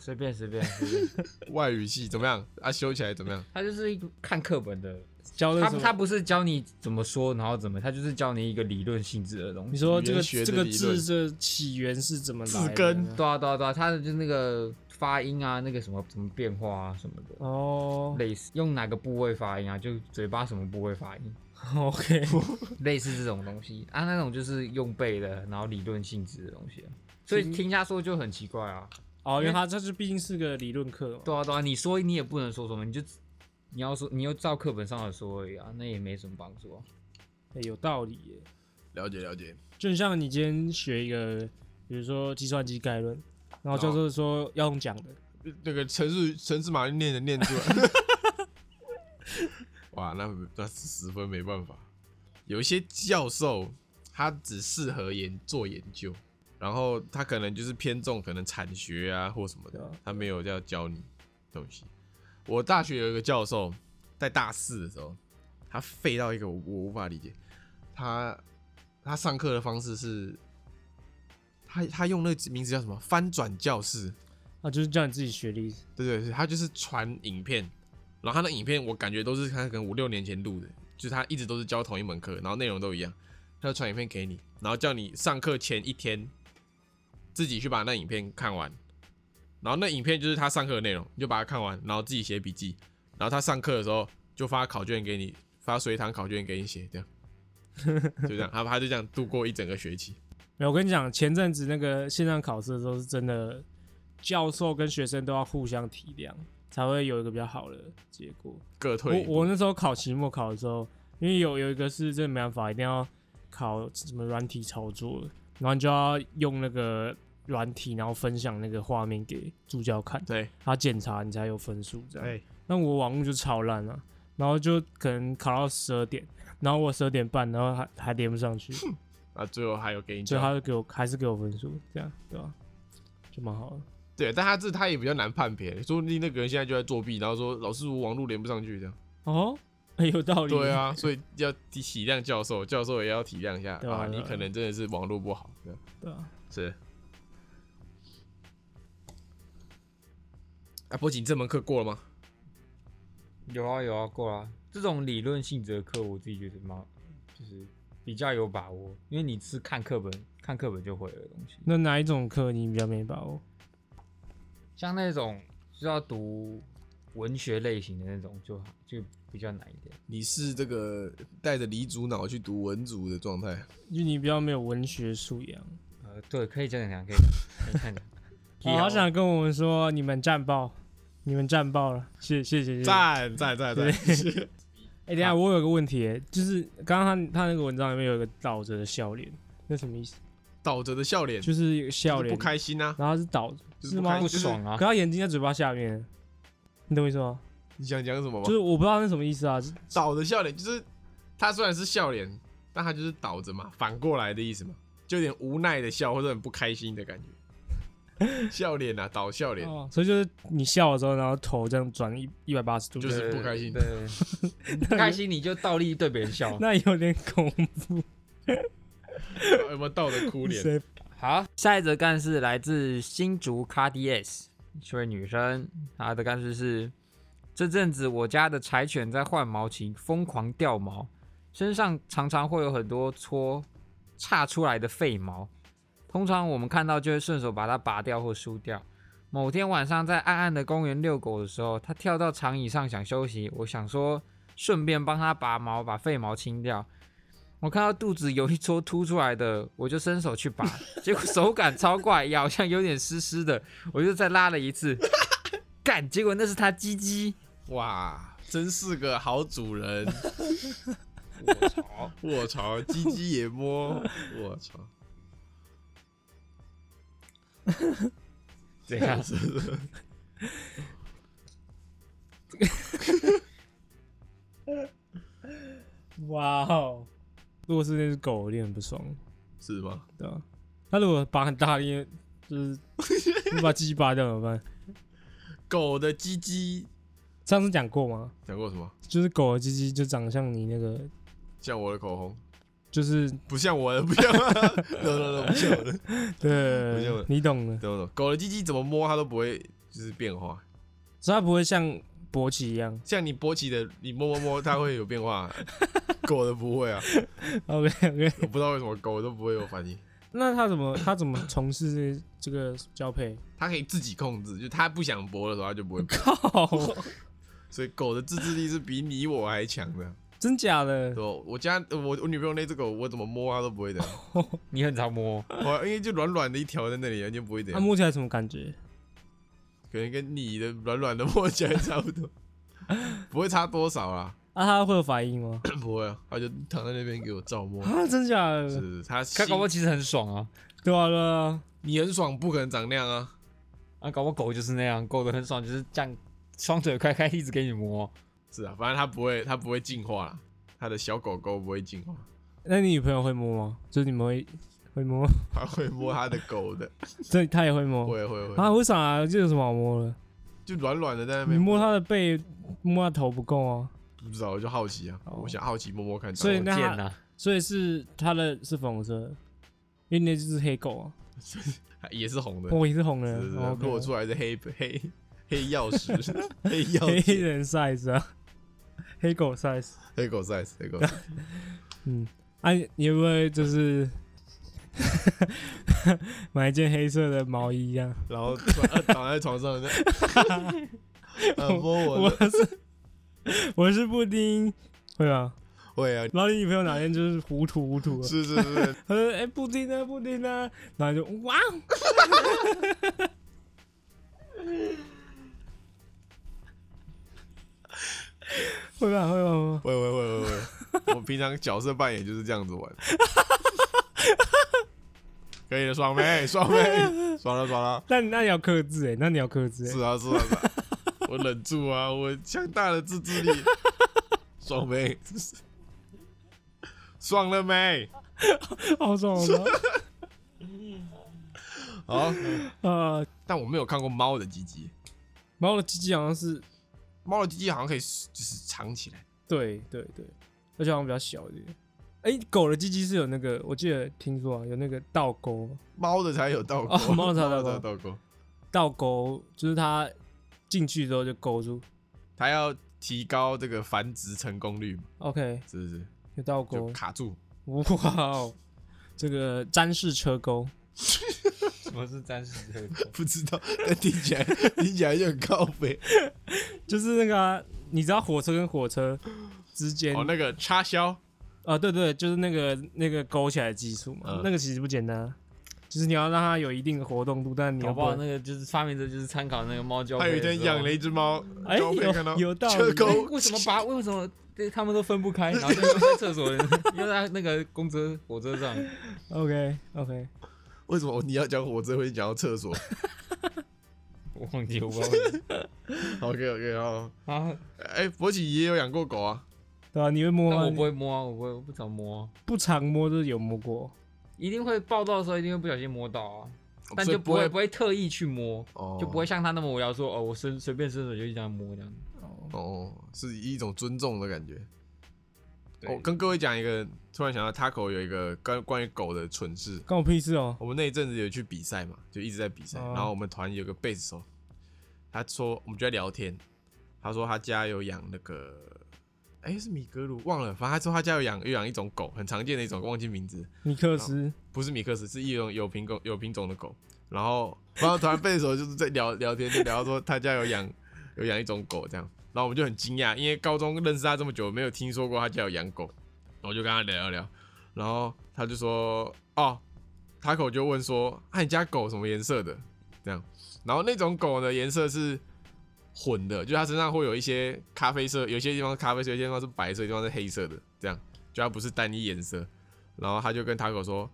D: 随便随便随 便。
B: 外语系怎么样？啊，修起来怎么样？
D: 他就是一个看课本的，
C: 教的
D: 他
C: 什
D: 他
C: 么？
D: 不是教你怎么说，然后怎么，他就是教你一个理论性质的东
C: 你
D: 西。
C: 说这
B: 语
C: 个
B: 言学的
C: 这个
B: 理
C: 字
B: 论
C: 这起源是怎么来的？
B: 字根
D: 对啊对啊对啊，他的就是那个发音啊，那个什么什么变化啊什么的，
C: 哦
D: 类似用哪个部位发音啊，就嘴巴什么部位发音，
C: ，OK，
D: 类似这种东西啊，那种就是用背的，然后理论性质的东西啊、所以听他说就很奇怪啊。
C: 哦，因为他这是毕竟是个理论课嘛，
D: 对啊对啊，你说你也不能说什么，你就你要说你又照课本上的说而已啊，那也没什么帮助啊。
C: 哎有道理耶。
B: 了解了解。
C: 就很像你今天学一个，比如说计算机概论，然
B: 哦
C: 后教授说要用讲的，
B: 那个城市城市马上念着 念出来，哇，那那是十分没办法。有一些教授他只适合研做研究，然后他可能就是偏重可能产学啊或什么
C: 对
B: 的
C: 啊，
B: 他没有要教你东西。我大学有一个教授，在大四的时候，他废到一个我我无法理解，他他上课的方式是。他他用那个名字叫什么？翻转教室，
C: 啊，就是叫你自己学的意思。
B: 对对，对他就是传影片，然后他的影片我感觉都是他可能五六年前录的，就是他一直都是教同一门课，然后内容都一样，他就传影片给你，然后叫你上课前一天自己去把那影片看完，然后那影片就是他上课的内容，你就把它看完，然后自己写笔记，然后他上课的时候就发考卷给你，发随堂考卷给你写，这样，就这样，他他就这样度过一整个学期。
C: 没有，我跟你讲，前阵子那个线上考试的时候，是真的教授跟学生都要互相体谅，才会有一个比较好的结果。
B: 各退一
C: 我
B: 步
C: 我那时候考期末考的时候，因为有有一个是真的没办法，一定要考什么软体操作的，然后你就要用那个软体，然后分享那个画面给助教看，
B: 对
C: 他检查你才有分数这样。
B: 对，
C: 那我网络就超烂了、然后就可能考到十二点，然后我十二点半，然后还还连不上去，
B: 啊，最后还有给你
C: 所以他
B: 教，
C: 就给我还是给我分数，这样对吧、就蛮好的。
B: 对，但他这他也比较难判别，说不定那个人现在就在作弊，然后说老师我网络连不上去这样。
C: 哦， 很有道理。
B: 对，啊，所以要体体谅教授，教授也要体谅一下
C: 对啊
B: 啊，
C: 对
B: 你
C: 啊
B: 可能真的是网络不好，这样
C: 对啊，
B: 是。啊，波锦这门课过了吗？
D: 有啊有啊，过啊。这种理论性质的课，我自己觉得蛮就是比较有把握，因为你是看课本，看课本就会了的东西。
C: 哦那哪一种课你比较没把握？
D: 像那种就要读文学类型的那种，就就比较难一点。
B: 你是这个带着黎族脑去读文族的状态，
C: 就你比较没有文学素养。
D: 呃，对，可以这样讲，可以这样讲可以看讲。
C: 我、
B: 哦
C: 好想跟我们说，你们战报，你们战报了，谢谢谢谢。哎、
B: 赞赞赞赞！
C: 等一下我有个问题，就是刚刚他他那个文章里面有一个倒着的笑脸，那什么意思？
B: 倒着的笑脸，
C: 就是一个笑
B: 嗯就是
C: 脸，
B: 不开心啊，
C: 然后是倒着，
B: 就是
C: 是
B: 不开
C: 吗
D: 不
B: 心。就是
D: 爽啊
C: 可！他眼睛在嘴巴下面，你懂我意思吗？
B: 你想讲什么吗
C: 就？是我不知道那什么意思啊，是
B: 倒着笑脸，就是他虽然是笑脸，但他就是倒着嘛，反过来的意思嘛，就有点无奈的笑或者很不开心的感觉。 笑脸啊，倒笑脸，
C: 哦所以就是你笑的时候，然后头这样转一一百八十 度，
B: 就是不开心
D: 对，对 对不开心你就倒立对别人笑。
C: 那有点恐怖。
B: 有没 有倒着哭脸？
C: 谁
D: 好，下一则干事来自新竹 c d s 一位女生，她的干事是：这阵子我家的柴犬在换毛情，疯狂掉毛，身上常常会有很多搓岔出来的废毛。通常我们看到就会顺手把它拔掉或梳掉。某天晚上在暗暗的公园遛狗的时候，它跳到长椅上想休息，我想说顺便帮它拔毛，把废毛清掉。我看到肚子有一撮凸出来的，我就伸手去拔，结果手感超怪，也好像有点湿湿的，我就再拉了一次，干，结果那是它鸡鸡，
B: 哇，真是个好主人！
D: 我操！
B: 我操，鸡鸡也摸，我操，
D: 怎样？
C: 哇哦！如果是那只狗，我一定很不爽，
B: 是吗？
C: 对吧、它如果拔很大力， 就是你把鸡鸡拔掉怎么办？
B: 狗的鸡鸡
C: 上次讲过吗？
B: 讲过什么？
C: 就是狗的鸡鸡就长得像你那个，
B: 像我的口红，
C: 就是
B: 不像我的， 不像，no no no，不像我的，我就
C: 对，你懂的，
B: 懂不懂？狗的鸡鸡怎么摸它都不会就是变化，
C: 所以它不会像勃起一 样。
B: 像你勃起的，你摸摸摸它会有变 化，狗的不会啊，
C: OK OK，
B: 我不知道为什么狗都不会有反应，
C: 那它怎么它怎么从事这这个交配？
B: 它可以自己控制，就它不想勃的时候它就不会勃，
C: 靠，
B: 所以狗的自制力是比你我还强的。
C: 真假的
B: 对？吧我家我我女朋友那只狗，我怎么摸它都不会的，
D: 你很 常摸，
B: 我因为就软软的一条在那里，完全不会的
C: 它，摸起来什么感觉？
B: 可能跟你的软软的摸起来差不多，不会差多少啦。
C: 啊，它会有反应吗？
B: 不会啊，他就躺在那边给我照摸。
C: 啊，真假的？
B: 是是，他
D: 它
B: 心
D: 搞不好其实很爽啊，
C: 对啊对啊，
B: 你很爽，不可能长那样啊。
D: 啊，搞不好狗就是那样，狗的很爽，就是这样，双腿开开一直给你摸，
B: 是啊，反正他不会，他不会进化啦，他的小狗狗不会进化，
C: 那你女朋友会摸吗？就是你们会会 摸，
B: 他会摸他的狗的，
C: 这她也会摸
B: 会会会，
C: 啊？为啥、啊？这有什么好摸的？
B: 就软软的在那
C: 你
B: 边。
C: 摸她的背，摸她头不够啊，
B: 不知道，我就好奇啊，
C: 哦
B: 我想好奇摸摸看。
C: 所以
D: 好
C: 那它
D: 贱呐、啊！
C: 所以是她的是粉红色的，因为那只是黑狗啊，
B: 它也是红的，
C: 我也是红
B: 是
C: 人
B: 是，是
C: 哦，OK
B: 落出来是黑 黑黑曜石，黑曜
C: 黑
B: 石，
C: 人 size 啊， 黑狗 size，
B: 黑狗 size，黑 狗 size。
C: 嗯，啊，你会不会就是 买一件黑色的毛衣啊？
B: 然后躺躺在 床上， 呃摸我
C: 我
B: 的，
C: 是我是 布丁，会啊。
B: 会啊，
C: 然后你女朋友哪天就是糊涂糊涂了，
B: 是是是，
C: 她说：“哎、布丁呢？布丁呢？”然后就哇，哦 会吧会吧会吧，
B: 会会会会会，我平常角色扮演就是这样子玩。 可以了，爽 没？爽没？爽了，爽了。
C: 那你那你要克制哎、那你要克制哎、
B: 是啊，是啊，是啊我忍住啊，我强大的自制力。爽没？爽了没？
C: 好爽哦好爽
B: 好，
C: 啊！
B: 但我没有看过猫的鸡鸡，
C: 猫的鸡鸡好像是
B: 猫的鸡鸡好像可以就是藏起来，
C: 对对对，而且好像比较小一点。哎、狗的鸡鸡是有那个，我记得听说啊，有那个倒钩，
B: 猫的才有倒钩，
C: 哦猫的才有倒钩
B: 才有倒钩，
C: 倒钩就是它进去之后就勾住。
B: 它要提高这个繁殖成功率嘛，
C: OK，
B: 是不是？
C: 有倒
B: 就
C: 钩，
B: 卡住，
C: 哇哦，这个詹氏车钩，
D: 么是沾屎的狗？
B: 不知道， 但听起来听起来就很靠北。
C: 就是那个啊、你知道火车跟火车之间
B: 哦，
C: 啊、
B: 那个插销，
C: 对对，就是那个那个勾起来的技术嘛，
B: 嗯
C: 那个其实不简单啊，就是你要让它有一定的活动度，但你
D: 搞
C: 要
D: 不好那个就是发明者，就是参考那个猫交
B: 他
D: 配
B: 有
D: 的
B: 一
D: 时候。
B: 天养了一只猫，
C: 哎
B: 交配看到
C: 有有道理
B: 车
D: 哎
B: 沟
D: 为什么把为什么对他们都分不开，然后就又在厕所，又在那个公车、火车上，
C: OK OK，
B: 为什么你要讲火车会讲到厕 所
D: 我忘记我不知道为什么
B: ？OK OK 哦，
D: 啊，
B: 哎，博奇也有养过狗啊，
C: 对啊，你会摸
D: 但
C: 吗？
D: 我不会摸啊，我不会我不常摸啊，
C: 不常摸，就是有摸过。
D: 一定会报道的时候一定会不小心摸到啊，
B: 哦
D: 但
B: 所以
D: 就不会不会特意去摸，
B: 哦，
D: 就不会像他那么无聊说哦，我伸随便伸手就这样摸这样。
B: 哦，是一种尊重的感觉。
D: 对
B: 我、跟各位讲一个，突然想到 Taco 有一个关关于狗的蠢事。
C: 关我屁事哦、
B: 我们那一阵子有去比赛嘛，就一直在比赛。
C: 哦
B: 然后我们团有个贝斯手，他说我们就在聊天，他说他家有养那个，哎、是米格鲁忘了，反正他说他家有养有养一种狗，很常见的一种，忘记名字，
C: 尼克斯，
B: 不是米克斯，是一种有品种有品种的狗。然后，然后团贝斯手就是在聊聊天，就聊到说他家有养有养一种狗这样。然后我们就很惊讶，因为高中认识他这么久，没有听说过他家有养狗。然后我就跟他聊一聊，然后他就说：“哦，他口就问说，啊，你家狗什么颜色的？这样，然后那种狗的颜色是混的，就它身上会有一些咖啡色，有些地方是咖啡色，有些地方是白色，有些地方是黑色的，这样，就它不是单一颜色。然后他就跟塔口说，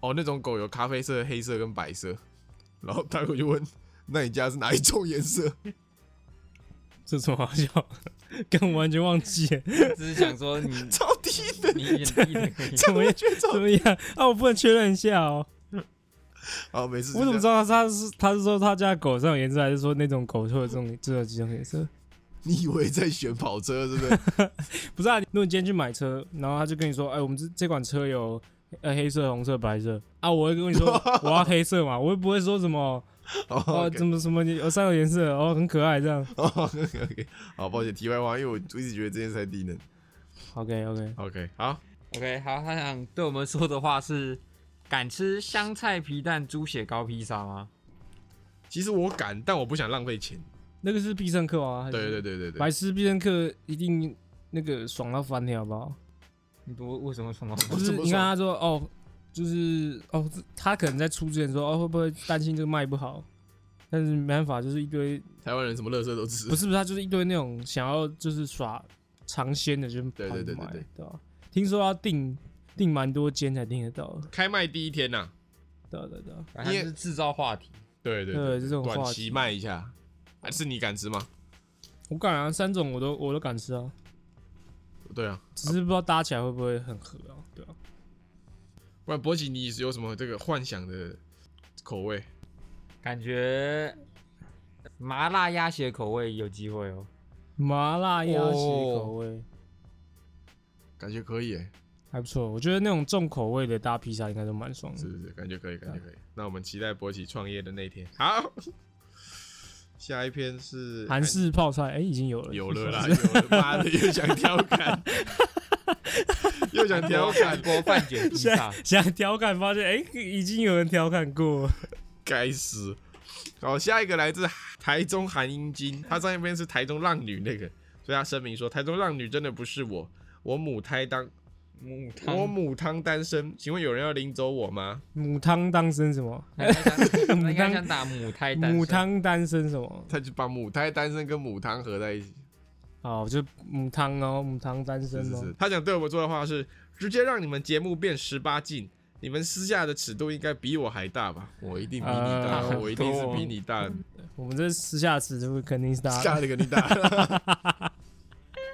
B: 哦，那种狗有咖啡色、黑色跟白色。然后塔口就问，那你家是哪一种颜色？
C: 这有什么好笑？ 刚完全忘记了，
D: 只是想说你
B: 超低的，
D: 你 你
C: 怎么样？
B: 绝招
C: 怎么样？ 啊，我不能确认一下哦、
B: 好，没事。
C: 我怎么知
B: 道？
C: 道他是他是说他家狗上有颜色，还是说那种狗会有这种只有几种颜色？
B: 你以为在选跑车是不 是？
C: 不是啊，如果你今天去买车，然后他就跟你说，哎、我们这这款车有呃黑色、红色、白色啊，我会跟你 说我要黑色嘛，我又不会说什么
B: 哦
C: 哦
B: ，OK
C: 怎么什么有三种颜色哦，很可爱这样。
B: 哦，OK OK，好，抱歉，题外话，因为我一直觉得这件事太低能。
C: OK OK，
B: OK，好，
D: OK，好，他想对我们说的话是：敢吃香菜皮蛋猪血糕披萨吗？
B: 其实我敢，但我不想浪费钱。
C: 那个是必胜客啊，还是
B: 对对对对对，
C: 白痴必胜客一定那个爽到翻天，好不好？
D: 你多为什么想到
B: 我怎
C: 就是
B: 么
C: 你看
B: 爽
C: 他说哦，就是哦，这他可能在出之前说哦，会不会担心这个卖不好？但是没办法，就是一堆
B: 台湾人什么乐色都吃
C: 不。是不是，他就是一堆那种想要就是耍尝鲜的，就是
B: 对
C: 跑
B: 对
C: 去
B: 对
C: 买
B: 对对
C: 对吧、听说要订订蛮多间才订得到的，
B: 开卖第一天呐，
C: 对啊对啊对啊，
D: 反正是制造话题。
B: 对对
C: 对这种
B: 短
C: 话
B: 期
C: 题
B: 卖一下，还是你敢吃吗？
C: 我敢啊，三种我都我都敢吃啊，
B: 对啊，
C: 只是不知道搭起来会不会很合啊，对啊，
B: 不然博奇，你有什么这个幻想的口味？
D: 感觉麻辣鸭血口味有机会哦。
C: 麻辣鸭血
B: 哦
C: 口味、
B: 感觉可以，哎，
C: 还不错，我觉得那种重口味的搭披萨应该都蛮爽的
B: 是。是是，感觉可以，感觉可以。那我们期待博奇创业的那一天。好， 下一篇是
C: 韩式泡菜，哎、已经有了，
B: 有了啦，有了，妈的，又想调侃， 又想调侃
D: 韩。国饭卷 披
C: 现
D: 萨
C: 在，现在调侃发现，哎、已经有人调侃过了。
B: 该死！好，下一个来自台中韩英金，他上一边是台中浪女那个，所以他声明说，台中浪女真的不是我，我母胎当，
D: 母汤
B: 我母汤单身，请问有人要领走我吗？
C: 母汤当生什么？
D: 他应该想他应 该想打母
B: 哎
D: 胎单身
C: 母汤单身什么？
B: 他就把母胎单身跟母汤合在一起，
C: 哦，就母汤哦，母汤单
B: 是
C: 身
B: 是
C: 哦。
B: 是。他想对我们说的话是，直接让你们节目变十八禁，你们私下的尺度应该比我还大吧？我一定比你大，
C: 呃
B: 我一定是比你大，
C: 我们这私下吃就会肯定是大家
B: 下一个你打。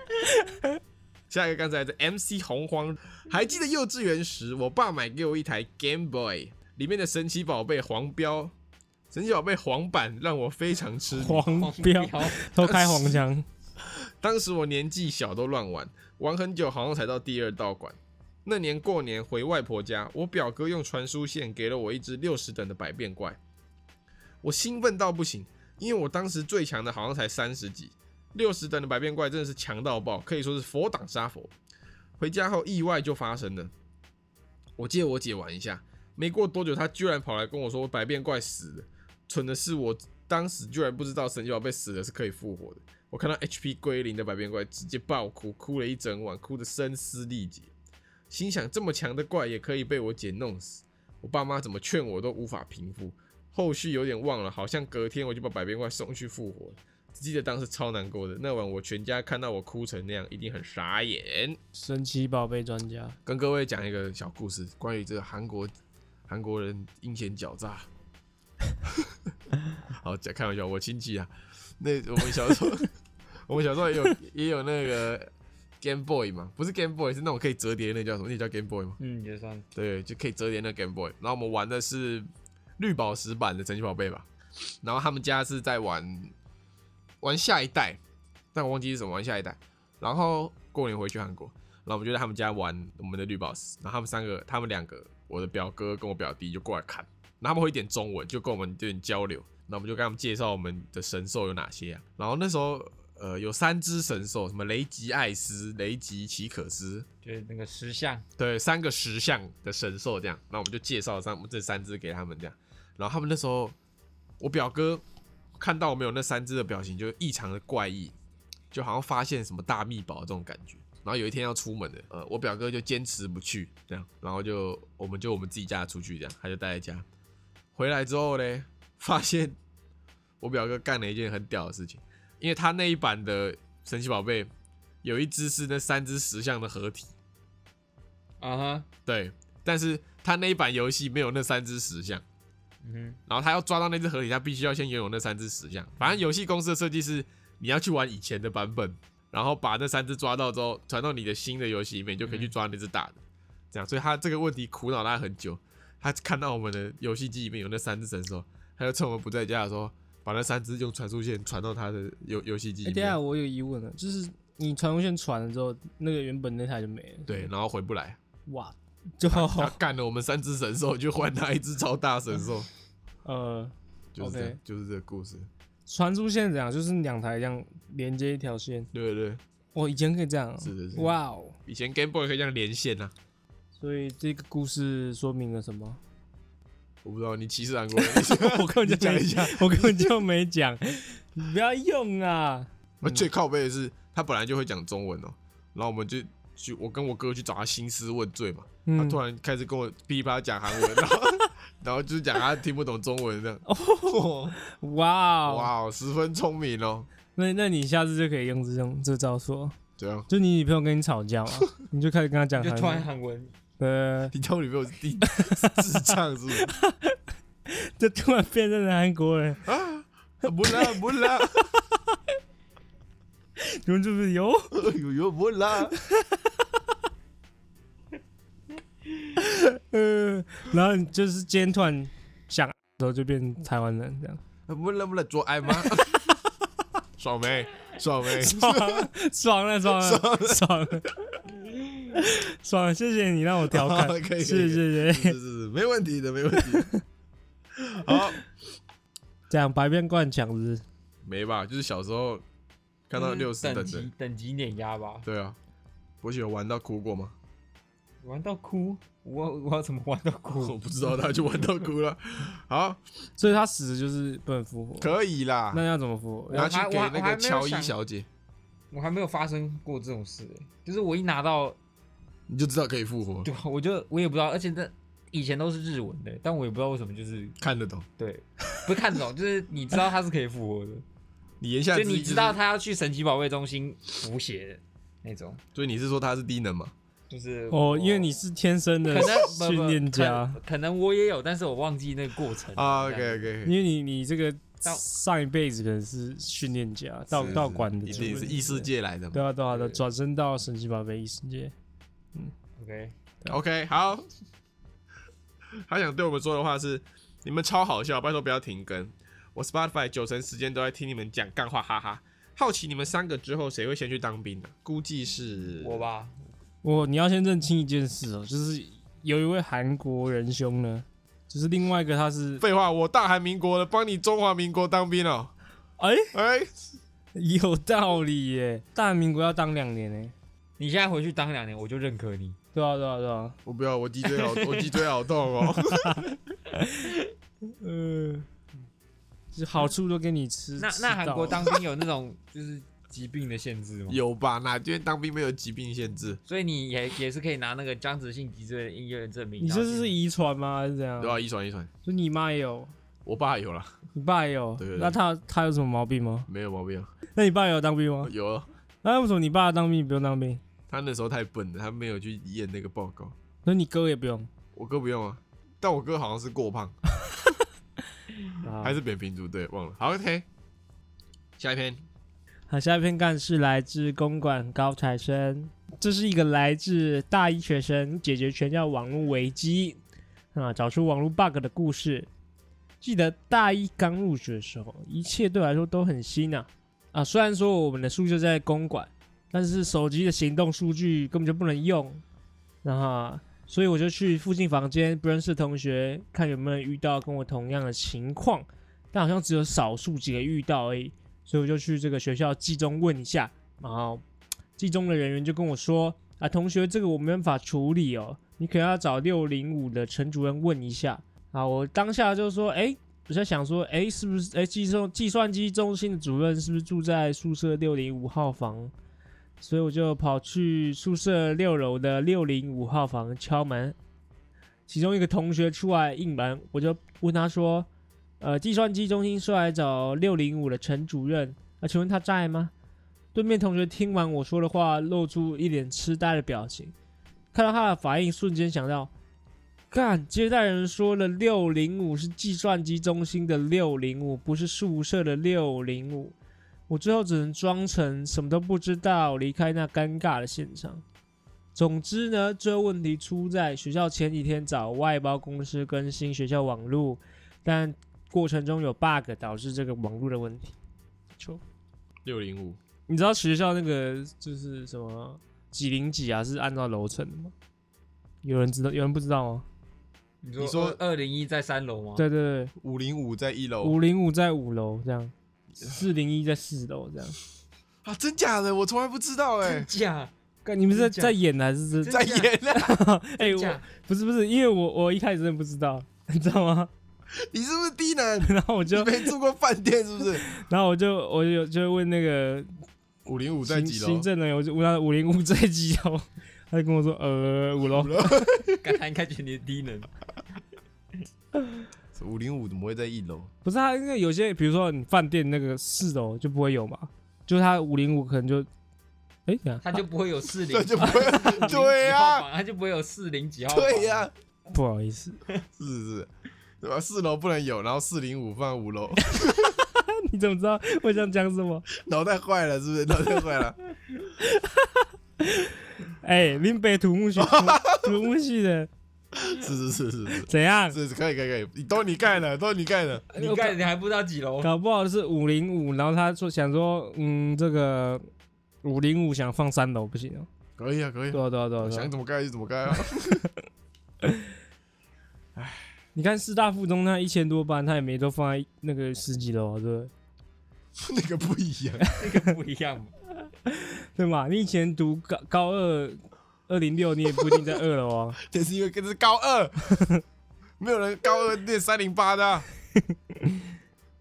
B: 下一个刚才的 MC 洪荒，还记得幼稚园时，我爸买给我一台 Game Boy，里面的神奇宝贝黄标，神奇宝贝黄版让我非常痴迷。
C: 黄标 偷开黄腔，
B: 当时我年纪小，都乱玩，玩很久，好像才到第二道馆。那年过年回外婆家，我表哥用传输线给了我一只六十等的百变怪，我兴奋到不行，因为我当时最强的好像才三十级，六十等的百变怪真的是强到爆，可以说是佛挡杀佛。回家后意外就发生了，我借我姐玩一下，没过多久，他居然跑来跟我说百变怪死了。蠢的是我当时居然不知道神奇宝贝死了是可以复活的。我看到 HP 归零的百变怪，直接爆哭，哭了一整晚，哭得声嘶力竭。心想这么强的怪也可以被我姐弄死，我爸妈怎么劝我都无法平复。后续有点忘了，好像隔天我就把百变怪送去复活了，只记得当时超难过的。那晚我全家看到我哭成那样，一定很傻眼。
C: 神奇宝贝专家，
B: 跟各位讲一个小故事，关于这个韩国韩国人阴险狡诈。 好，讲开玩笑，我亲戚啊，那我们小时候， 我们小时候也有也有那个 Game Boy 嘛，不是 Game Boy，是那种可以折叠的，那叫什么？那叫 Game Boy 吗？
D: 嗯，也算
B: 对，就可以折叠那 Game Boy。然后我们玩的是绿宝石版的神奇宝贝吧，然后他们家是在玩玩下一代，但我忘记是什么玩下一代。然后过年回去韩国，然后我们就在他们家玩我们的绿宝石，然后他们三个，他们两个，我的表哥跟我表弟就过来看，然后他们会一点中文，就跟我们有点交流，那我们就跟他们介绍我们的神兽有哪些啊。然后那时候呃有三只神兽，什么雷吉艾斯、雷吉奇可斯，
D: 就是那个石像，
B: 对，三个石像的神兽这样，那我们就介绍三这三只给他们这样，然后他们那时候，我表哥看到我们有那三只的表情，就异常的怪异，就好像发现什么大秘宝这种感觉。然后有一天要出门的，呃，我表哥就坚持不去，这样，然后就我们就我们自己家出去这样，他就待在家。回来之后呢，发现我表哥干了一件很屌的事情，因为他那一版的神奇宝贝有一只是那三只石像的合体。
D: 啊哈，
B: 对，但是他那一版游戏没有那三只石像，
D: 嗯
B: 然后他要抓到那只合体，他必须要先拥有那三只石像。反正游戏公司的设计是你要去玩以前的版本，然后把那三只抓到之后，传到你的新的游戏里面，你就可以
C: 嗯
B: 去抓那只大的。这样，所以他这个问题苦恼他很久。他看到我们的游戏机里面有那三只神兽，他就趁我们不在家的时候，把那三只用传输线传到他的游游戏机
C: 哎、
B: 里
C: 等一下
B: 面。
C: 我有疑问了，就是你传送线传了之后，那个原本那台就没了，
B: 对，然后回不来，
C: 哇，就
B: 他干了我们三只神兽，就换他一只超大神 兽，
C: 呃，
B: 就是这
C: OK
B: 样，就是这个故事。
C: 传输线怎样？就是两台这样连接一条线。
B: 对对对。
C: 我以前可以这样哦，
B: 是是是
C: 哇哦！
B: 以前 Game Boy 可以这样连线呐、啊
C: 所以这个故事说明了什么？
B: 我不知道你歧视韩 国人。
C: 我根本就
B: 你讲
C: 没
B: 一下，
C: 我根本就没讲，你不要用啊！
B: 那最靠背的是，他本来就会讲中文哦、然后我们就去，我跟我哥去找他兴师问罪嘛，他
C: 嗯，
B: 突然开始跟我噼里啪啦讲韩文，然后 然后就是讲他听不懂中文这 样。
C: 哇哦！
B: 哇哦，十分聪明哦、
C: 那那你下次就可以用这种这招数，
B: 怎样？
C: 就你女朋友跟你吵架嘛，你就开始跟她讲
D: 就
C: 韩
D: 突然
C: 文，
D: 韩文，
C: 呃，
B: 你当我女朋友是地是智障是不是？
C: 就突然变成了韩国人，
B: 啊，不啦不啦，
C: 你们是不是有？
B: 哎呦呦不啦，
C: 呃，然后你就是今天突然想，然后就变台湾人这样，
B: 不啦不啦，做 爱吗？爽没？爽没？
C: 爽了，爽了，爽了，爽了，爽了，谢谢你让我调侃
B: 可以，可以
C: 是是
B: 是
C: 是，
B: 是是，没问题的，没问题 的。好，
C: 这样白变灌强子，
B: 没吧？就是小时候看到六四
D: 嗯等
B: 等
D: 级
B: 的，
D: 等级碾压吧，
B: 对啊。博喜有玩到哭过吗？
D: 玩到哭，我我要怎么玩到
B: 我
D: 哭？
B: 不知道，他就玩到哭了。 好，
C: 所以他死的就是不能复活，
B: 可以啦
C: 那，要怎么复活？
B: 拿去
D: 我还
B: 给
D: 我还
B: 那
D: 我还没
B: 个
D: 有
B: 乔伊
D: 想
B: 小姐，
D: 我还没有发生过这种事、欸，就是我一拿到，
B: 你就知道可以复活，
D: 对吧？我就 我也不知道，而且那以前都是日文的，但我也不知道为什么，就是
B: 看得懂。
D: 对， 不是看得懂，就是你知道它是可以复活 的，
B: 你言下之
D: 就
B: 意
D: 你
B: 就
D: 知
B: 是
D: 道，他要去神奇宝贝中心补血的那种，
B: 所以你是说他是低能吗？
D: 就是
C: 哦，因为你
D: 我
C: 是天生
D: 可
C: 的
D: 能不不
C: 训练家，
D: 可可能我也有，但是我忘记那个过程
B: 啊
D: 这样
B: ，OK OK，
C: 因为你你这个
D: 到
C: 上一辈子可能是训练家，道道馆的
B: 一
C: 主
B: 定
C: 人，
B: 是异世界来的嘛。
C: 对啊对啊对啊，
D: 对
C: 转身到神奇宝贝异世界，
D: OK，
B: OK，好。 他想对我们说的话是：你们超好笑，拜托不要停更。我 Spotify 九成时间都在听你们讲干话，哈哈。好奇你们三个之后谁会先去当兵呢、啊估计是
D: 我。吧，
C: 我你要先认清一件事哦，就是有一位韩国仁兄呢，就是另外一个他是
B: 废话，我大韩民国的，帮你中华民国当兵哦、
C: 哎
B: 哎、
C: 有道理耶，大韩民国要当两年呢，
D: 你现在回去当两年，我就认可你。
C: 对啊，对啊，对啊，
B: 我不要，我脊椎好，我脊椎好痛哦。
C: 嗯，就是好处都给你吃。
D: 呃那
C: 吃
D: 那韩
C: 到
D: 国
C: 了
D: 当兵有那种就是疾病的限 制吗？
B: 有吧？哪边当兵没有疾病限制？
D: 所以你也也是可以拿那个僵直性脊椎的医院证明。
C: 你这
D: 然后
C: 是
D: 去
C: 遗传吗？还是怎样？
B: 对啊，遗传遗传，
C: 就你妈也有，
B: 我爸有了，
C: 你爸也有
B: 对对，对
C: 那他他有什么毛病吗？
B: 没有毛病啊，
C: 那你爸有当兵吗？
B: 有啊。
C: 那为什么你爸当兵你不用当兵？
B: 他那时候太笨了，他没有去验那个报告。
C: 那你哥也不用？
B: 我哥不用啊，但我哥好像是过 胖，
C: 啊
B: 还是扁平足，对，忘了。好，OK，下一篇，
C: 好，下一篇干事来自公馆高材生，这是一个来自大一学生解决全校网络危机啊，找出网络 bug 的故事。记得大一刚入学的时候，一切对我来说都很新啊啊！虽然说我们的宿舍在公馆，但是手机的行动数据根本就不能用，那、啊、所以我就去附近房间不认识的同学看有没有人遇到跟我同样的情况，但好像只有少数几个遇到而已。所以我就去这个学校季中问一下，然后季中的人员就跟我说啊，同学，这个我没办法处理哦，你可能要找六零五的陈主任问一下啊。我当下就说，哎，我在想说，哎，是不是哎计算计算机中心的主任是不是住在宿舍六零五号房？所以我就跑去宿舍六楼的六零五号房敲门，其中一个同学出来应门，我就问他说。呃，计算机中心说来找六零五的陈主任，啊、请问他在吗？对面同学听完我说的话，露出一脸痴呆的表情。看到他的反应，瞬间想到，干，接待人说了六零五是计算机中心的六零五，不是宿舍的六零五。我最后只能装成什么都不知道，离开那尴尬的现场。总之呢，最后问题出在学校前几天找外包公司更新学校网络，但过程中有 bug 导致这个网络的问题。就
B: 六零五，
C: 你知道学校那个就是什么几零几啊？是按照楼层的吗？有人知道？有人不知道吗？
D: 你
B: 你说
D: 说二零一在三楼吗？
C: 对对
B: 五零五在一
C: 对，
B: 楼
C: 五零五在五楼这样，四零一在四楼这样。
B: 啊，真假的，我从来不知道 哎、
D: 假
C: 干你们是在
D: 真假
C: 在演还是
D: 真
C: 在？
B: 在演啊，
C: 哎、我
D: 假，
C: 不是不是，因为我我一开始真的不知道， 你知道吗？
B: 你是不是低能？
C: 然后我
B: 你
C: 就
B: 没住过饭店是不是？
C: 然后我就我就就问那个
B: 五零五在
C: 行
B: 几楼
C: 行？政人员，我就问他五零五在几楼，他就跟我说呃五楼。
D: 干他应该觉得你是低能。
B: 五零五怎么会在一楼？
C: 不是他，啊因为有些比如说你饭店那个四楼就不会有嘛，就是他五零五可能就，哎、等一下
D: 他就不会 有四零
B: 这，就不会，对呀、
D: 他就不会有四零几号房，
B: 对呀、
C: 不好意思，
B: 是是，对吧？四楼不能有，然后四零五放五楼，
C: 你怎么知道我想讲什么？
B: 脑袋坏了是不是？脑袋坏了，
C: 哎、林北土木系 土木系的
B: 是是是是是。
C: 怎样？
B: 是是可以可以可以，你都你盖的，都你盖的，
D: 你盖你还不知道几楼，
C: 搞不好是五零五，然后他说想说，嗯，这个五零五想放三楼不行哦、
B: 可以啊可以啊，
C: 对啊对啊对啊对
B: 想
C: 啊，
B: 怎么盖就怎么盖啊。
C: 你看师大附中那一千多班，他也没都放在那个十几楼、啊，对不对？
B: 那个不一样，
D: 那个不一 样嘛。
C: 对嘛？你以前读高高二二零六，你也不一定在二楼啊。
B: 这是因为这是高二， 没有人高二念三零八 的啊。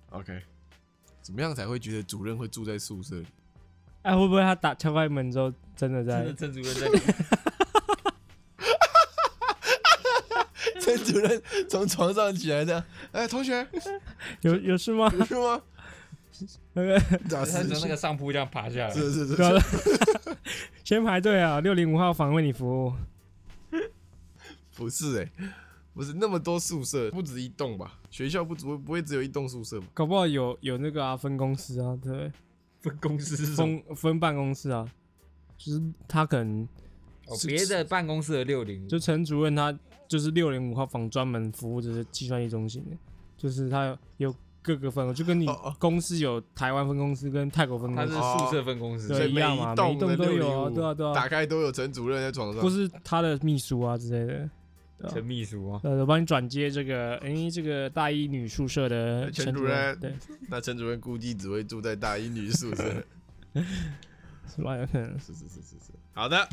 B: OK，怎么样才会觉得主任会住在宿 舍里？
C: 哎、会不会他打敲开门之后，真的在
D: 真的郑主任在里面，
B: 陈主 任从床上起来的，哎，同学，
C: 有有事吗？
B: 有事吗？
C: 那个
B: 咋
D: 他
B: 是
D: 从那个上铺这样爬下来。
B: 是是是
C: 不要了先排队啊，六零五号房为你服务。
B: 不是哎、不是那么多宿舍，不止一栋吧？学校不只不会只有一栋宿舍吧？
C: 搞不好有有那个啊，分公司啊，对不对，
D: 分公司是什么？
C: 分分办公室啊，就是他可能
D: 哦
C: 是
D: 别的办公室的六零，
C: 就陈主任他就是六零五号房专门服务这些计算机中心的，就是他有有各个分，就跟你
B: 哦哦
C: 公司有台湾分公司跟泰国分
D: 他
C: 公
D: 是
C: 司，
D: 宿舍分公司，
C: 对
B: 所以
C: 一样嘛
B: 每一
C: 每一栋
B: 栋
C: 都
B: 的
C: 有啊
B: 605
C: 对啊对啊
B: 打开都有陈主任在床上，
C: 不是他的秘书啊之类的。对啊
D: 陈秘书啊，
C: 呃，我帮你转接这个，哎、这个大一女宿舍的
B: 陈
C: 陈
B: 主
C: 主任，
B: 任
C: 对，
B: 那陈主任估计只会住在大一女宿舍。
C: 是吧？有可能。
B: 是是是是是，好的，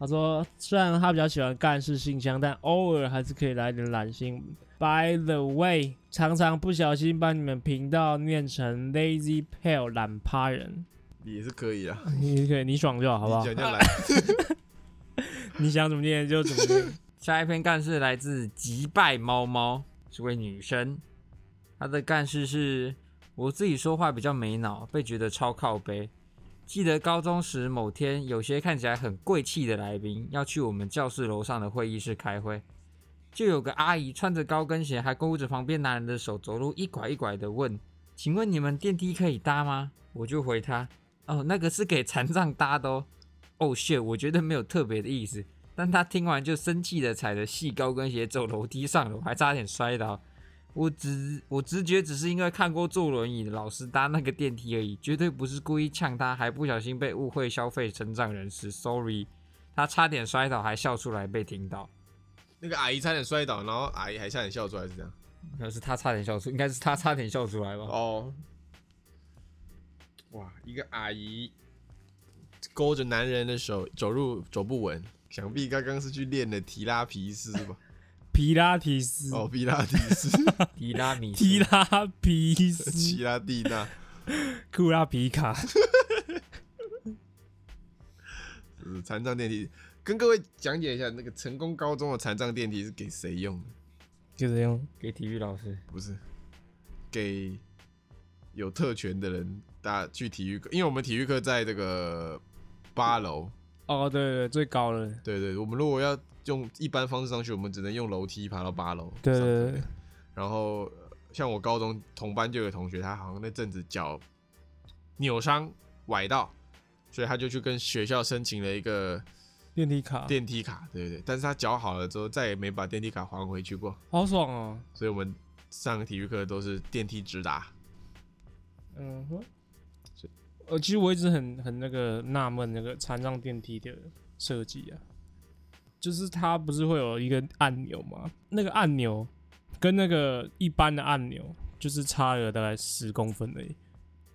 C: 他说，虽然他比较喜欢干式信箱，但偶尔还是可以来点懒心。By the way，常常不小心把你们频道念成 Lazy Pale 懒趴人，
B: 也是可以啊，
C: 你可以你爽就好，好不
B: 你
C: 好？
B: 讲讲来，
C: 你想怎么念就怎 么念。
D: 下一篇干事来自击败猫猫，是位女生，她的干事是：我自己说话比较没脑，被觉得超靠背。记得高中时某天，有些看起来很贵气的来宾要去我们教室楼上的会议室开会，就有个阿姨穿着高跟鞋，还勾着旁边男人的手，走路一拐一拐的问：“请问你们电梯可以搭吗？”我就回她：“哦，那个是给残障搭的哦。”哦 shit，我觉得没有特别的意思。但他听完就生气的踩着细高跟鞋走楼梯上楼，还差点摔倒。我直我直觉只是因为看过坐轮椅的老师搭那个电梯而已，绝对不是故意呛他，还不小心被误会消费成长人士，sorry。他差点摔倒，还笑出来被听到。
B: 那个阿姨差点摔倒，然后阿姨还差点笑出来，是这样。
D: 可是他差点笑出，应该是他差点笑出来吧？
B: 哦，哇，一个阿姨勾着男人的手走路走不稳，想必刚刚是去练的提拉皮斯吧？
C: 皮拉提斯，
B: 哦，皮拉提斯，
D: 提拉米苏
C: 提拉皮 斯，
B: 提拉蒂娜，
C: 库拉皮卡。
B: 呃残障电梯。跟各位讲解一下，那个成功高中的残障电梯是给谁用的？
C: 就这样，
D: 给体育老师，
B: 不是给有特权的人大家去体育课，因为我们体育课在这个八楼，
C: 哦，对对，最高了，
B: 对对，我们如果要用一般方式上去，我们只能用楼梯爬到八楼。
C: 对
B: 上
C: 对对，
B: 然后呃像我高中同班就有同学，他好像那阵子脚扭伤崴到，所以他就去跟学校申请了一个
C: 电梯卡，
B: 电梯卡，对对对。但是他脚好了之后，再也没把电梯卡还回去过。
C: 好爽哦。
B: 所以我们上体育课都是电梯直达。
C: 嗯哼，呃，其实我一直很很那个纳闷那个残障电梯的设计啊，就是它不是会有一个按钮吗？那个按钮跟那个一般的按钮就是差了大概十公分而已，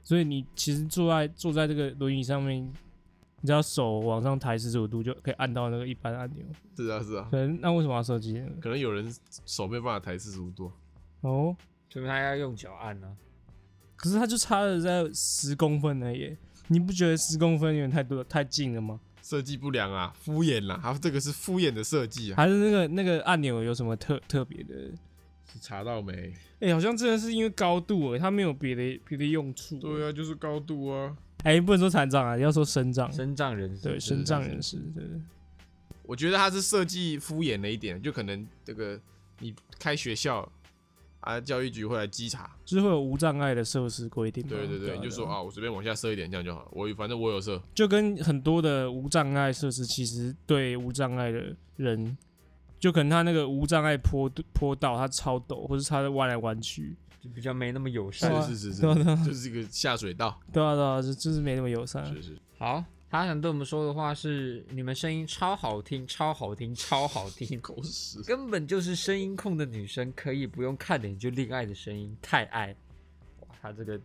C: 所以你其实坐在坐在这个轮椅上面，你只要手往上抬四十五度就可以按到那个一般按钮。
B: 是啊，是啊，
C: 可能那为什么要设计那个？
B: 可能有人手没有办法抬四十五度，
C: 哦，
D: 所以他要用脚按啊呢、
C: 可是它就差了在十公分而已，你不觉得十公分有点太多太近了吗？
B: 设计不良啊，敷衍啦、他这个是敷衍的设计啊。
C: 还是那个那个按钮有什么特特别的？
B: 查到没？
C: 哎、好像真的是因为高度、欸，它没有别的别的用处、
B: 对啊，就是高度啊。
C: 哎、不能说残障啊，要说身障。
D: 身障人士
C: 对，身障人士，对对
B: 我觉得他是设计敷衍了一点，就可能这个你开学校啊，教育局会来稽查，
C: 就是会有无障碍的设施规定嘛。
B: 对对对，
C: 啊
B: 你就说
C: 啊，
B: 啊，我随便往下设一点，这样就好。我反正我有设，
C: 就跟很多的无障碍设施，其实对无障碍的人，就可能他那个无障碍坡坡道，它超陡，或是它弯来弯去，
D: 就比较没那么友
B: 是
D: 善
C: 对。啊
B: 是是是
C: 对啊对啊，
B: 就是一个下水道，
C: 对啊对啊，就就是没那么友善。
B: 是是。
D: 好，他想对我们说的话是：你们声音超好听，超好听，超好听，
B: 狗屎！
D: 根本就是声音控的女生可以不用看脸就恋爱的声音，太爱。哇，他这个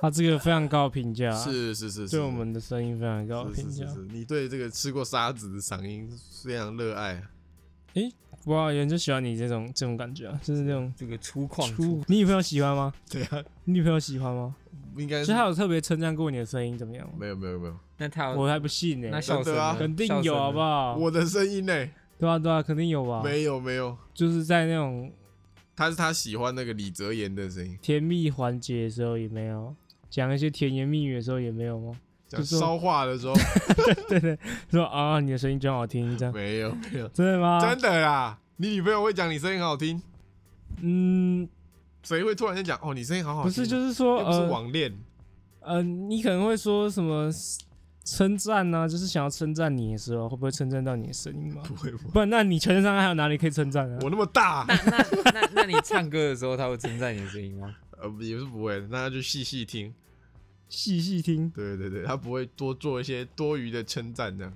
C: 他这个非常高的评价，
B: 是是是，
C: 对
B: 是
C: 我们的声音非常高的
B: 是
C: 评
B: 是
C: 价
B: 是。是，你对这个吃过沙子的嗓音非常热爱啊。
C: 哇，有人就喜欢你这种这种感觉啊，就是那种
D: 这个粗犷
C: 出。你女朋友喜欢吗？
B: 对啊，
C: 你女朋友喜欢吗？
B: 应该
C: 就是她有特别称赞过你的声音怎么样吗？
B: 没有没有没有，啊
D: 那他有
C: 我还不信呢、
D: 那笑声
B: 真的啊
D: 呢
C: 肯定有好不？好？
B: 我的声音呢？
C: 对啊对啊，肯定有吧？
B: 没有没有，
C: 就是在那种
B: 他是他喜欢那个李泽言的声音，
C: 甜蜜环节的时候也没有，讲一些甜言蜜语的时候也没有吗？
B: 讲
C: 就说
B: 烧话的时 候
C: 对对，说啊你的声音真好听这样，
B: 没有没有，
C: 真的吗？
B: 真的啦。你女朋友会讲你声音很好听，
C: 嗯，
B: 谁会突然间讲哦你声音好好
C: 不
B: 听？
C: 是，就是
B: 又
C: 说
B: 不是
C: 呃
B: 网恋，
C: 呃，你可能会说什么称赞呢？就是想要称赞你的时候，会不会称赞到你的声音吗？
B: 不会不会，
C: 不然，那你全身上还有哪里可以称赞啊？
B: 我那么大，
D: 那那那那你唱歌的时候，他会称赞你的声音 吗？
B: 呃也是不会的，那他就细细听。
C: 细细听，
B: 对对对，他不会多做一些多余的称赞这样。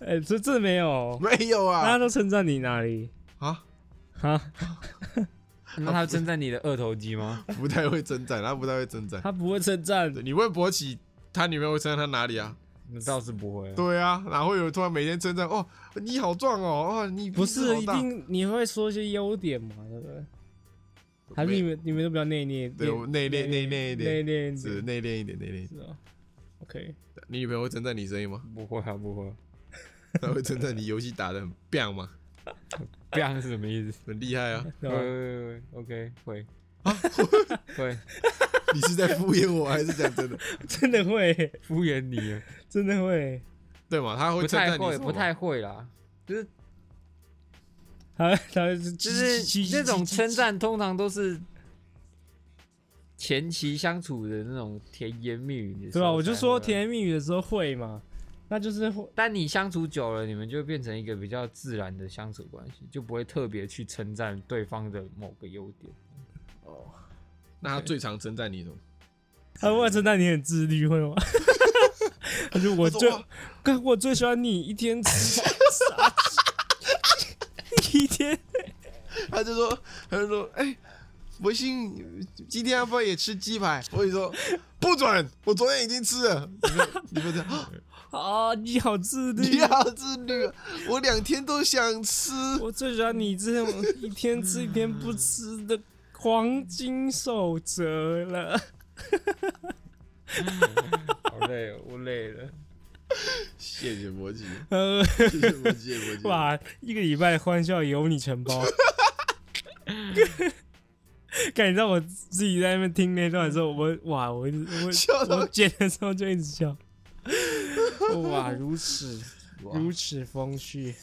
C: 哎、这这没有，
B: 没有
C: 大家
B: 啊
C: 都称赞你哪里
B: 啊，
C: 哈，
D: 那他会称赞你的二头肌吗？
B: 不太会称赞，他不太会称赞。
C: 他不会称赞，
B: 对你问博起他女朋友会称赞他哪里啊？
D: 那倒是不会啊。
B: 对啊，哪会有人突然每天称赞哦，你好壮哦，哦，你
C: 不是
B: 好
C: 一
B: 大
C: 定你会说一些优点嘛，对不对？还是
B: 没
C: 你们你们都比较内敛，
B: 对我内敛内敛一
C: 内
B: 点，
C: 敛一
B: 是
C: 点，
B: 内敛一点内敛一点。
C: 是啊。OK，
B: 你女朋友会称赞你声音吗？
D: 不会啊，不会啊。
B: 她会称赞你游戏打的很棒吗？
D: 这样是什么意思？
B: 很厉害啊！
C: 对
D: 会
C: 吧
D: 会会，OK，会啊， 会
B: 你是在敷衍我还是讲真的？
C: 真的会，
D: 敷衍你啊，
C: 真的会。
B: 对嘛？她会
D: 不
B: 称
D: 太
B: 赞你
D: 会，
B: 什么
D: 不
B: 吗
D: 太会啦。就是
C: 他他就
D: 就是那种称，赞，通常都是前期相处的那种甜言蜜语的时候才会啊。
C: 对吧？我就说甜言蜜语的时候会嘛，那就是会
D: 但你相处久了，你们就变成一个比较自然的相处关系，就不会特别去称赞对方的某个优点。
B: 那她最常称赞你什么？
C: 他会称赞你很自律， 会吗？他说我
B: 她说
C: 最
B: 哇
C: 干我最喜欢你一天吃 傻鸡一天
B: 她就说，她就说，哎、博信，今天要不要也吃鸡排？我跟你说，不准！我昨天已经吃了。 你们你们这样，啊
C: 啊，你好自律
B: 你。好自律啊，我两天都想吃。
C: 我最喜欢你这种一天吃一天不吃的黄金守则了。
D: 好 累哦，我累了。
B: 谢谢博吉，
C: 呃，
B: 谢谢博吉，谢谢博吉。
C: 哇，一个礼拜的欢笑有你承包。 感觉到我自己在那边听那段的时候，我哇，我一直
B: 笑
C: 我
B: 到
C: 我剪的时候就一直笑。哇，如此
B: 哇
C: 如此风趣，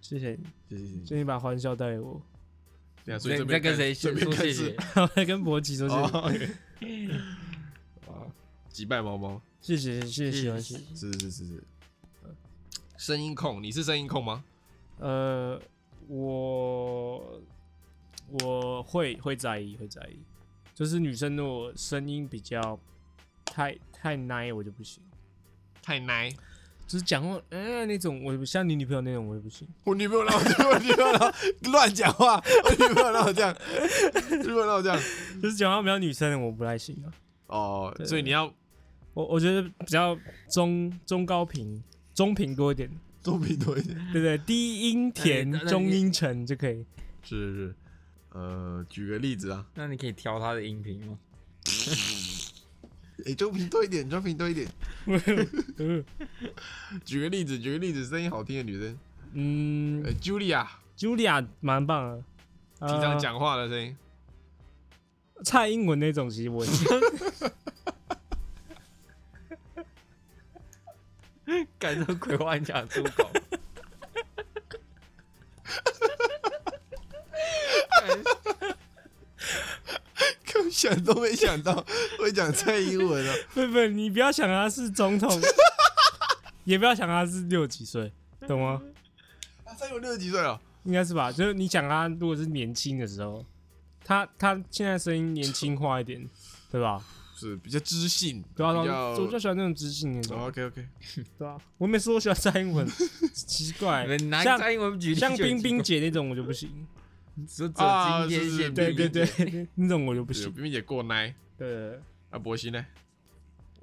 C: 谢谢你，
B: 谢谢谢谢
C: 谢谢你把欢笑带给我。
B: 对啊所以
D: 你
B: 这
D: 在
B: 边
D: 跟谁
B: 这
D: 说
B: 边
D: 谢
B: 看
D: 谢
B: 是？
C: 我在跟博奇说谢谢
B: 哦，OK 啊，击败猫猫，
C: 谢谢，谢谢，谢谢，谢谢。
B: 是是是呃是，声音控，你是声音控吗？
C: 呃，我我会会在意，会在意，就是女生如果声音比较太太奶，我就不行，
B: 太奶，
C: 就是讲话嗯、那种，我就不像你女朋友那种，我也不行。
B: 我女朋友让我这样，我女朋友让我乱讲话，我女朋友让我这样，女朋友让我这样，
C: 就是讲话比较女生的，我不太行啊。
B: 哦，所以你要
C: 我我觉得比较中中高频，中频多一点，
B: 多比多一点，
C: 对不对？低音甜
D: 那你，那
C: 中
D: 你
C: 音沉就可以。
B: 是是是，呃，举个例子啊，
D: 那你可以调他的音频吗？
B: 诶，中频多一点，中频多一点，
C: 嗯
B: 举个例子，举个例子，声音好听的女生，
C: 嗯
B: 呃，Julia
C: ，Julia 蛮棒的，
B: 平
C: 呃
B: 常讲话的 声音，
C: 蔡英文那种，其实我也
D: 感到鬼话你讲得出 口。哎
B: 刚想都没想到会讲蔡英文啊，
C: 不不，你不要想他是总 统，也不要想他是六几岁，懂吗？
B: 啊蔡英文六十几岁了，
C: 应该是吧？就是你想他如果是年轻的时候，他他现在声音年轻化一点，对吧？
B: 是比较知性，
C: 对啊，
B: 比
C: 我就
B: 较哦
C: 喜欢那种知性那种，
B: OK OK，
C: 对啊。我每次都喜欢 蔡英文，奇怪
D: 你，们拿
C: 像
D: 蔡英文举例，
C: 像冰冰，姐那种我就 不行，
D: 只有只
B: 啊
D: 有今
B: 是
D: 天
B: 是
D: 限
C: 对
D: 定。
C: 对对，那种我就不
B: 不行，
C: 行。
B: 冰冰姐过奶，
C: 对，
B: 啊，博熙呢，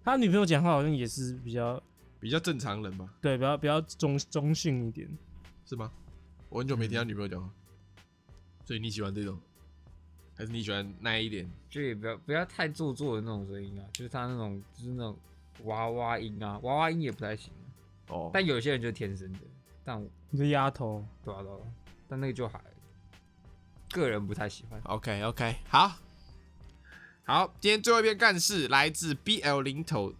C: 他女朋友讲话好像也是比较
B: 比较正常人吧，
C: 对，比较比较中中性一点。
B: 是吗？我很久没听到女朋友讲话，所以你喜欢这种，还是你喜欢耐一点？
D: 就也不要不要太做作的那种声音啊，就是他那种就是那种娃娃音啊，娃娃音也不太行啊、
B: 哦，
D: 但有些人就天生的，但我
C: 你是丫头，
D: 对啊对啊，但那个就还个人不太喜欢。
B: OK OK，好，好，今天最后一篇干事来自 BL 零头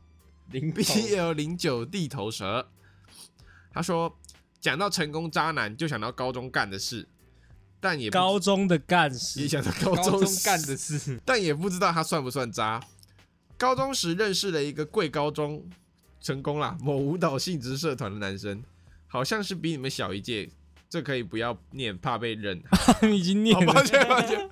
D: 零
B: BL 零九地头蛇，他说讲到成功渣男就想到高中干的事，但也不
C: 高中的干
B: 也
C: 事，
B: 想到高
D: 高
B: 中
D: 中干
B: 事
D: 的事，
B: 但也不知道他算不算渣。高中时认识了一个贵高中成功啦某舞蹈性质社团的男生，好像是比你们小一届，这可以不要念，怕被 认。
C: 已经念
B: 好，
C: 了
B: 哦抱。歉抱歉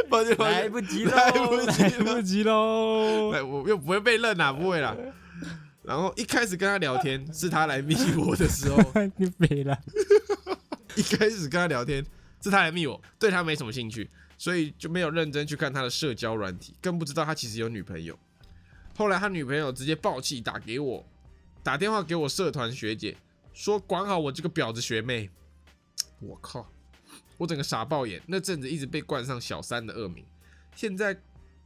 B: 抱歉抱
D: 来
B: 歉，
D: 不及了，
B: 来不及
C: 来不
B: 了，
C: 及喽。
B: 来我又不会被认啦，不会啦。然后一开始跟他聊天，是他来密我的时候，
C: 你北了，
B: 一开始跟他聊天，是他来密我，对他没什么兴趣，所以就没有认真去看他的社交软体，更不知道他其实有女朋友。后来他女朋友直接暴气打给我，打电话给我社团学姐，说管好我这个婊子学妹。我靠！我整个傻爆眼，那阵子一直被冠上小三的恶名。现在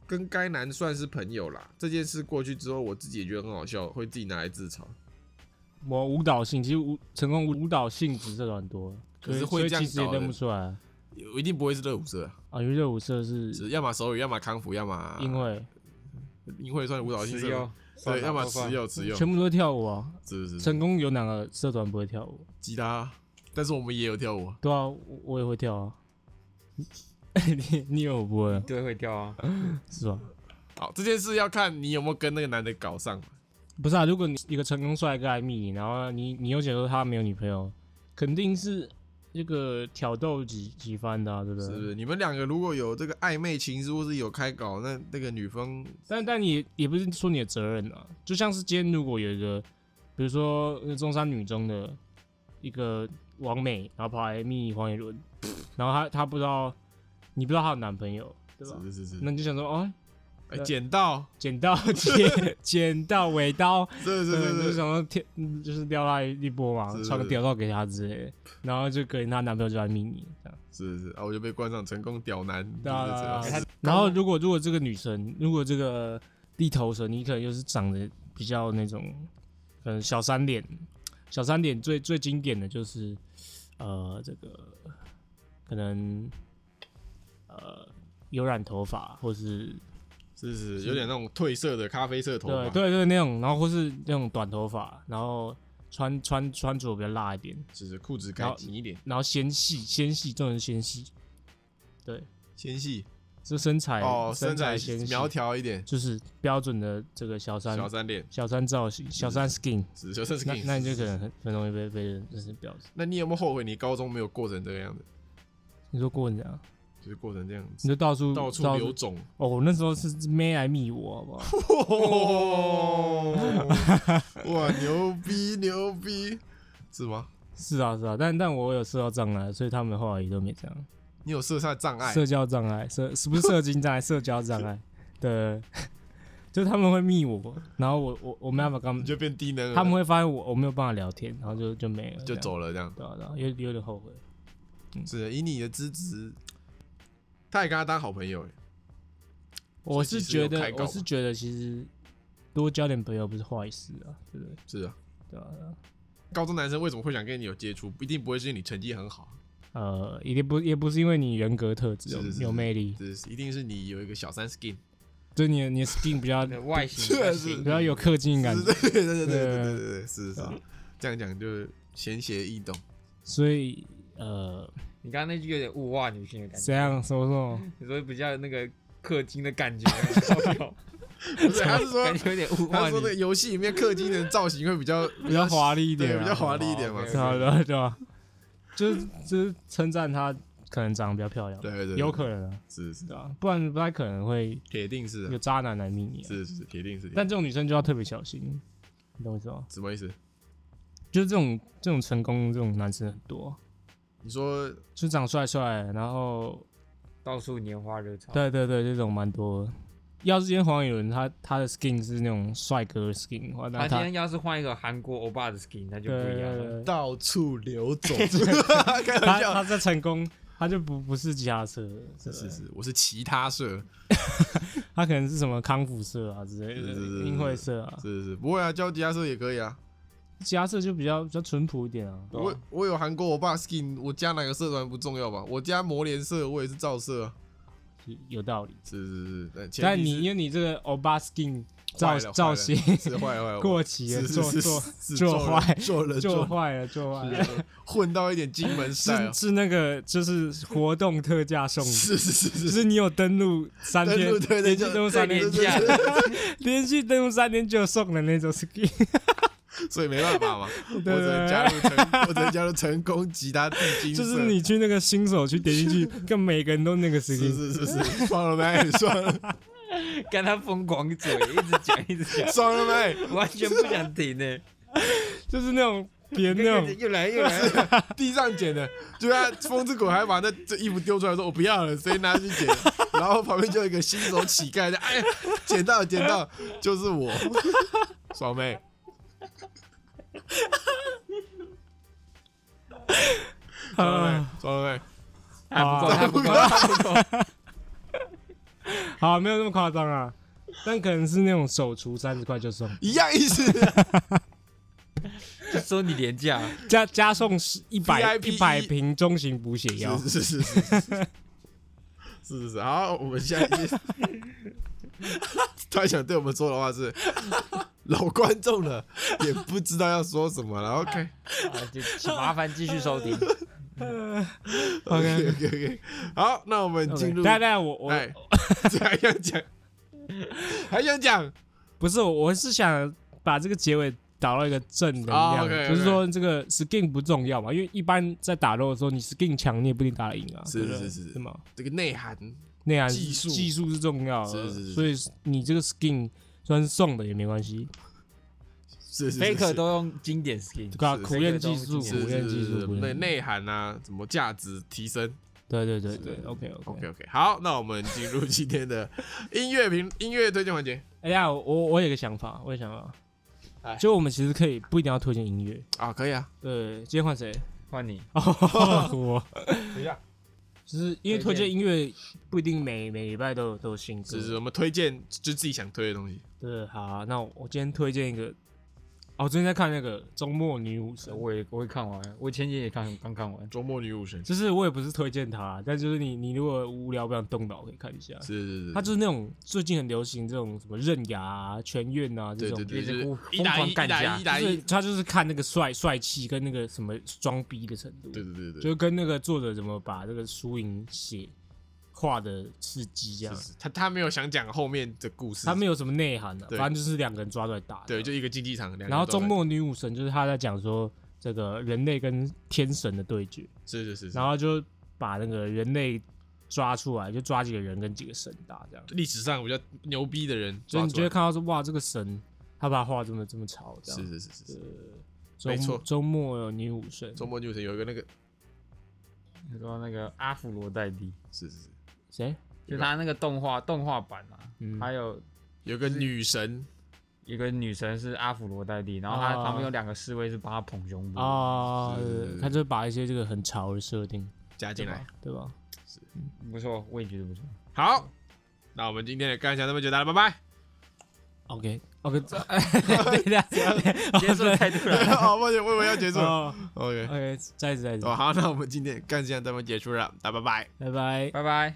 B: 跟该男算是朋友啦。这件事过去之后，我自己也觉得很好笑，会自己拿来自嘲。
C: 我舞蹈性，其实舞成功舞舞蹈性质这个很多，
B: 可是
C: 所以
B: 会
C: 所以
B: 这样
C: 其实也
B: 搞的
C: 认不出来啊。
B: 我一定不会是热舞社啊，
C: 因为热舞社是
B: 只要么手语，要么康复，要么
C: 因为
B: 因为算舞蹈性
D: 石
B: 社
D: 油
B: 吗，，对，要么持
D: 油，
B: 有持有，
C: 全部都跳舞啊。
B: 是是是
C: 成功有哪个社团不会跳舞？
B: 吉他，但是我们也有跳舞啊，
C: 对啊，我我也会跳啊。你你以为我不会啊
D: 对，会跳 啊。
C: 是吧？
B: 好，这件事要看你有没有跟那个男的搞上。
C: 不是啊，如果你一个成功帅哥来密你，然后你你又觉得他没有女朋友，肯定是这个挑逗几几番的、啊，对不对？
B: 是不是？你们两个如果有这个暧昧情愫，或是有开搞，那那个女方
C: 但但你也不是说你的责任啊，就像是今天如果有一个，比如说呃中山女中的一个王美，然后跑来密黄伟伦，然后她她不知道，你不知道她有男朋友，对吧？
B: 是是是，
C: 那你就想说，哦，
B: 哎捡到，
C: 捡到 捡捡到尾刀，
B: 是是
C: 对，你就是
B: 是是，
C: 想说天，嗯就是撩她一波嘛
B: 是，是
C: 传个屌照给她之类的，然后就跟她男朋友就来密你这样。
B: 是是啊，我就被冠上成功屌男，
C: 对啊对啊
B: 就是
C: 对
B: 这
C: 啊
B: 样
C: 然后如果如果这个女生，如果这个地头蛇，你可能又是长得比较那种，嗯，小三脸，小三脸最最经典的就是，呃，这个可能，呃，有染头发，或是
B: 是是是有点那种褪色的咖啡色头发，
C: 对啊对对那种，然后或是那种短头发，然后穿穿穿着比较辣一点，
B: 是是裤子该
C: 然后
B: 紧一点，
C: 然后纤细纤细，重点是纤细，对，
B: 纤细
C: 这身材
B: 哦，
C: 哎身
B: 身材
C: 纤细，
B: 苗条一点，
C: 就是标准的这个小三
B: 小三脸，
C: 小三造型，小三 skin，
B: 是小三
C: 那
B: skin。
C: 那你就可能很很容易被被人认识标准。
B: 那你有没有后悔你高中没有过成这个样子？
C: 你说过你怎样？
B: 就是过成这样
C: 你
B: 子，
C: 就嗯到处
B: 到处流肿。
C: 哦，我那时候是妹来密我，好不好？ 哦
B: 哦哇，牛逼牛逼，是吗？
C: 是啊是啊，但但我有社交障碍，所以他们后来也都没这样。
B: 你有色差障碍？
C: 社交障碍，社是不是 社经障碍？社交障碍，对， 就是他们会密我，然后我我我没办法跟他
B: 你
C: 们，
B: 就变低能儿，
C: 他们会发现我我没有办法聊天，然后就就没了，
B: 就
C: 这样。
B: 走了这样。
C: 对啊对啊，有有点后悔。嗯
B: 是啊以你的资质，他也跟他当好朋友欸，
C: 我
B: 所以
C: 是
B: 其实有
C: 觉
B: 开
C: 得
B: 告
C: 我
B: 嘛
C: 是觉得其实多交点朋友不是坏事啊，对不对？
B: 是啊。
C: 对啊，对啊
B: 高中男生为什么会想跟你有接触？一定不会是因为你成绩很好，
C: 呃，一定不也不是因为你人格特质有
B: 是是是
C: 有魅力，
B: 这是一定是你有一个小三 skin。
C: 就是你的你的 skin 比较
D: 你的外形
B: 确
D: 还
B: 实
D: 行
C: 比，较有氪金感
B: 是， 对对对对对
C: 对
B: 对对，是是
C: 对啊
B: 是，这样讲就是闲谐易 懂。
C: 所以呃，
D: 你刚刚那句有点物化女性的感觉，嗯
C: 怎样说说
D: 你说比较那个氪金的感觉，
B: 不是，他是说
D: 感觉有点物
B: 啊 他
D: 化
B: 说那个
D: 女。
B: 游戏里面氪金的造型会比较
C: 比较华丽一点
B: 对，
C: 啊，
B: 比较华丽一点嘛。
D: 哦
C: 对啊，对啊对啊，就是就是称赞她可能长得比较漂亮，
B: 对对对，
C: 有可能啊，
B: 是是
C: 对啊，不然不太可能会
B: 铁定是
C: 有
B: 啊
C: 渣男来迷你、啊，
B: 是是是铁定是。
C: 但这种女生就要特别小心，你懂我意思吗？
B: 什么意思？
C: 就是这种这种成功这种男生很多，啊
B: 你说
C: 就长帅帅，然
B: 哦
C: 后
D: 到处拈花惹草，
C: 对对对，这种蛮多的。要是今天黄雨伦他他的 skin 是那种帅哥 skin 的话，
D: 他
C: 那
D: 今
C: 他
D: 天要是换一个韩国欧巴的 skin，那就不
C: 对
D: 一样了。
C: 对对，
B: 到处流走， 开
C: 他
B: 玩笑。
C: 他在成功，他就不不是吉他社，
B: 是是是，我是其他社，
C: 他可能是什么康复社啊之类
B: 是是是
C: 的，英会社啊，
B: 是是是，不会啊，教其他社也可以啊。
C: 吉他社就比较比较淳朴一点啊。
B: 我我有韩国我爸 skin，我加哪个社团不重要吧？我加魔联社，我也是照社啊。
C: 有有道理。
B: 是是是，但前
C: 但
B: 提
C: 你因
B: 是
C: 为你这个欧巴 skin
B: 坏
C: 造
B: 了
C: 造型
B: 坏了是坏了坏了，
C: 过期了，
B: 是
C: 做
B: 是是
C: 做
B: 是
C: 做
B: 做
C: 坏
B: 做了
C: 做
B: 做了，
C: 坏了，做坏了。
B: 混到一点金门赛
C: 是
B: 啊。
C: 是那个就是活动特价送的，
B: 是是是，
C: 就是是你有登录三天，
B: 登录对对
C: 连续
B: 对
C: 登录三
D: 对
C: 天
D: 对，对
C: 连续登录三天就有送的那种 skin，
B: 所以没办法嘛，我只
C: 对
B: 能加入成， 我只能加入成功吉他地精社。
C: 就是你去那个新手去点进 去，跟每个人都那个
B: 是
C: skin，
B: 是是 是，爽了没？爽了，
D: 跟他疯狂嘴，一直讲一直讲，
B: 爽了没？
D: 完全不想停呢。
C: 就是那种别人那 种
D: 又来又来，
B: 地上捡的，就他风之谷还把那这衣服丢出来说我不要了，谁拿去捡？然后旁边就有一个新手乞丐在，哎呀，捡到了捡到了，就是我，爽妹，对，装对，
D: 还不够，
C: 啊
D: 还不够，还不够。
C: 好，没有那么夸张啊，但可能是那种手厨三十块就送，
B: 一样意思。
D: 就说你廉 价，
C: 加加送十一百
B: VIP
C: 一百瓶中型补血药。
B: E 是是是是是是是是。好，我们下一件，突然想对我们说的话是，老观众了，也不知道要说什么了。OK
D: 啊就请麻烦继续收 听。
B: OK OK OK。好，那我们
C: OK，
B: 进入，
C: 等一下等一下我我
B: 哎，还想讲， 还想讲，
C: 不是我我是想把这个结尾打到一个正能
B: 哦
C: 量，
B: ，OK，OK
C: 就是说这个 skin 不重要嘛，因为一般在打肉的时候，你 skin 强你也不一定打得赢啊，
B: 是
C: 对不
B: 是
C: 对
B: 是是
C: 是吗？
B: 这个内涵
C: 内涵
B: 技术
C: 技术是重要的，
B: 是是是
C: 所以你这个 skin 虽然是送的也没关系，
B: 是是是
D: Faker 都用经典 skin，
C: 对吧？
B: 是
C: 苦练技术，
D: 是
C: 苦
B: 是
C: 练
B: 是
C: 技
B: 是
C: 术
B: 是，
C: 苦
B: 内
C: 练技术，
B: 内涵啊，什么价值提升
C: 对对对
B: 是
C: 对，OK OK
B: ？OK。OK，好，那我们进入今天的音乐评 音乐推荐环节
C: 哎呀，我我有个想法，我有想
B: 哎
C: 法，就我们其实可以不一定要推荐音乐，
B: 啊，可以啊，
C: 对，今天换谁？
D: 换你。
C: 哦，我
B: 等一下，
C: 就是因为推荐音乐不一定每每礼拜都有都有新歌，
B: 是是，我们推荐就自己想推的东西。
C: 对，好啊、那我我今天推荐一个，哦，我最近在看那个《周末女武神》，
D: 我也我也看完，我前几天也看刚看完。
B: 周末女武神，
C: 就是我也不是推荐它，但就是你你如果无聊不想动脑，可以看一下。
B: 是是是，
C: 它就是那种最近很流行这种什么刃牙啊、全院啊
B: 对
C: 这
B: 对
C: 种，
B: 对，
D: 一
B: 就
D: 直
B: 是
D: 疯
B: 一打一，
D: 疯狂
B: 一打
D: 干架
B: 一，一打
C: 就是
B: 一，
C: 他就是看那个帅帅气跟那个什么装逼的程度，
B: 对对对对，
C: 就跟那个作者怎么把这个输赢写画的刺激这样
B: 是。是他他没有想讲后面的故事，
C: 他没有什么内涵的、
B: 对
C: 反正就是两个人抓出来打。
B: 对，就一个竞技场，两个
C: 然后
B: 都
C: 周
B: 在
C: 末女武神就是他在讲说这个人类跟天神的对决，
B: 是是是，
C: 然后就把那个人类抓出来，就抓几个人跟几个神打这样，
B: 历史上比较牛逼的人
C: 所以
B: 抓
C: 你
B: 出
C: 就会
B: 来，
C: 看到说哇，这个神他把他画这么这么潮这
B: 是
C: 样。
B: 是是是是，
C: 周
B: 没错
C: 周末有女武神，
B: 周末女武神有一个那个
D: 你说那个阿芙罗黛蒂，
B: 是是是，
C: 谁？
D: 就他那个动画动画版啊，
C: 嗯
D: 还有
B: 有个女神，
D: 一个女神是阿芙罗黛蒂，然后她
C: 啊
D: 旁边有两个侍卫是帮她捧胸部。
C: 啊
B: 嗯是是是，
C: 他就把一些这个很潮的设定，
B: 加进
C: 对
B: 来
C: 吧。？对吧？
D: 不错，我也觉得 不错。
B: 好，那我们今天的干一下这么久，大家拜拜。
C: OK OK，对对 对，
D: 结束得太突然了。
B: 好，我以为我以为要结束了。
C: 哦
B: OK，
C: OK，再一次再一次
B: 哦，，好，那我们今天的干一下这么结束了，大家拜拜。
C: 拜拜。
D: 拜拜。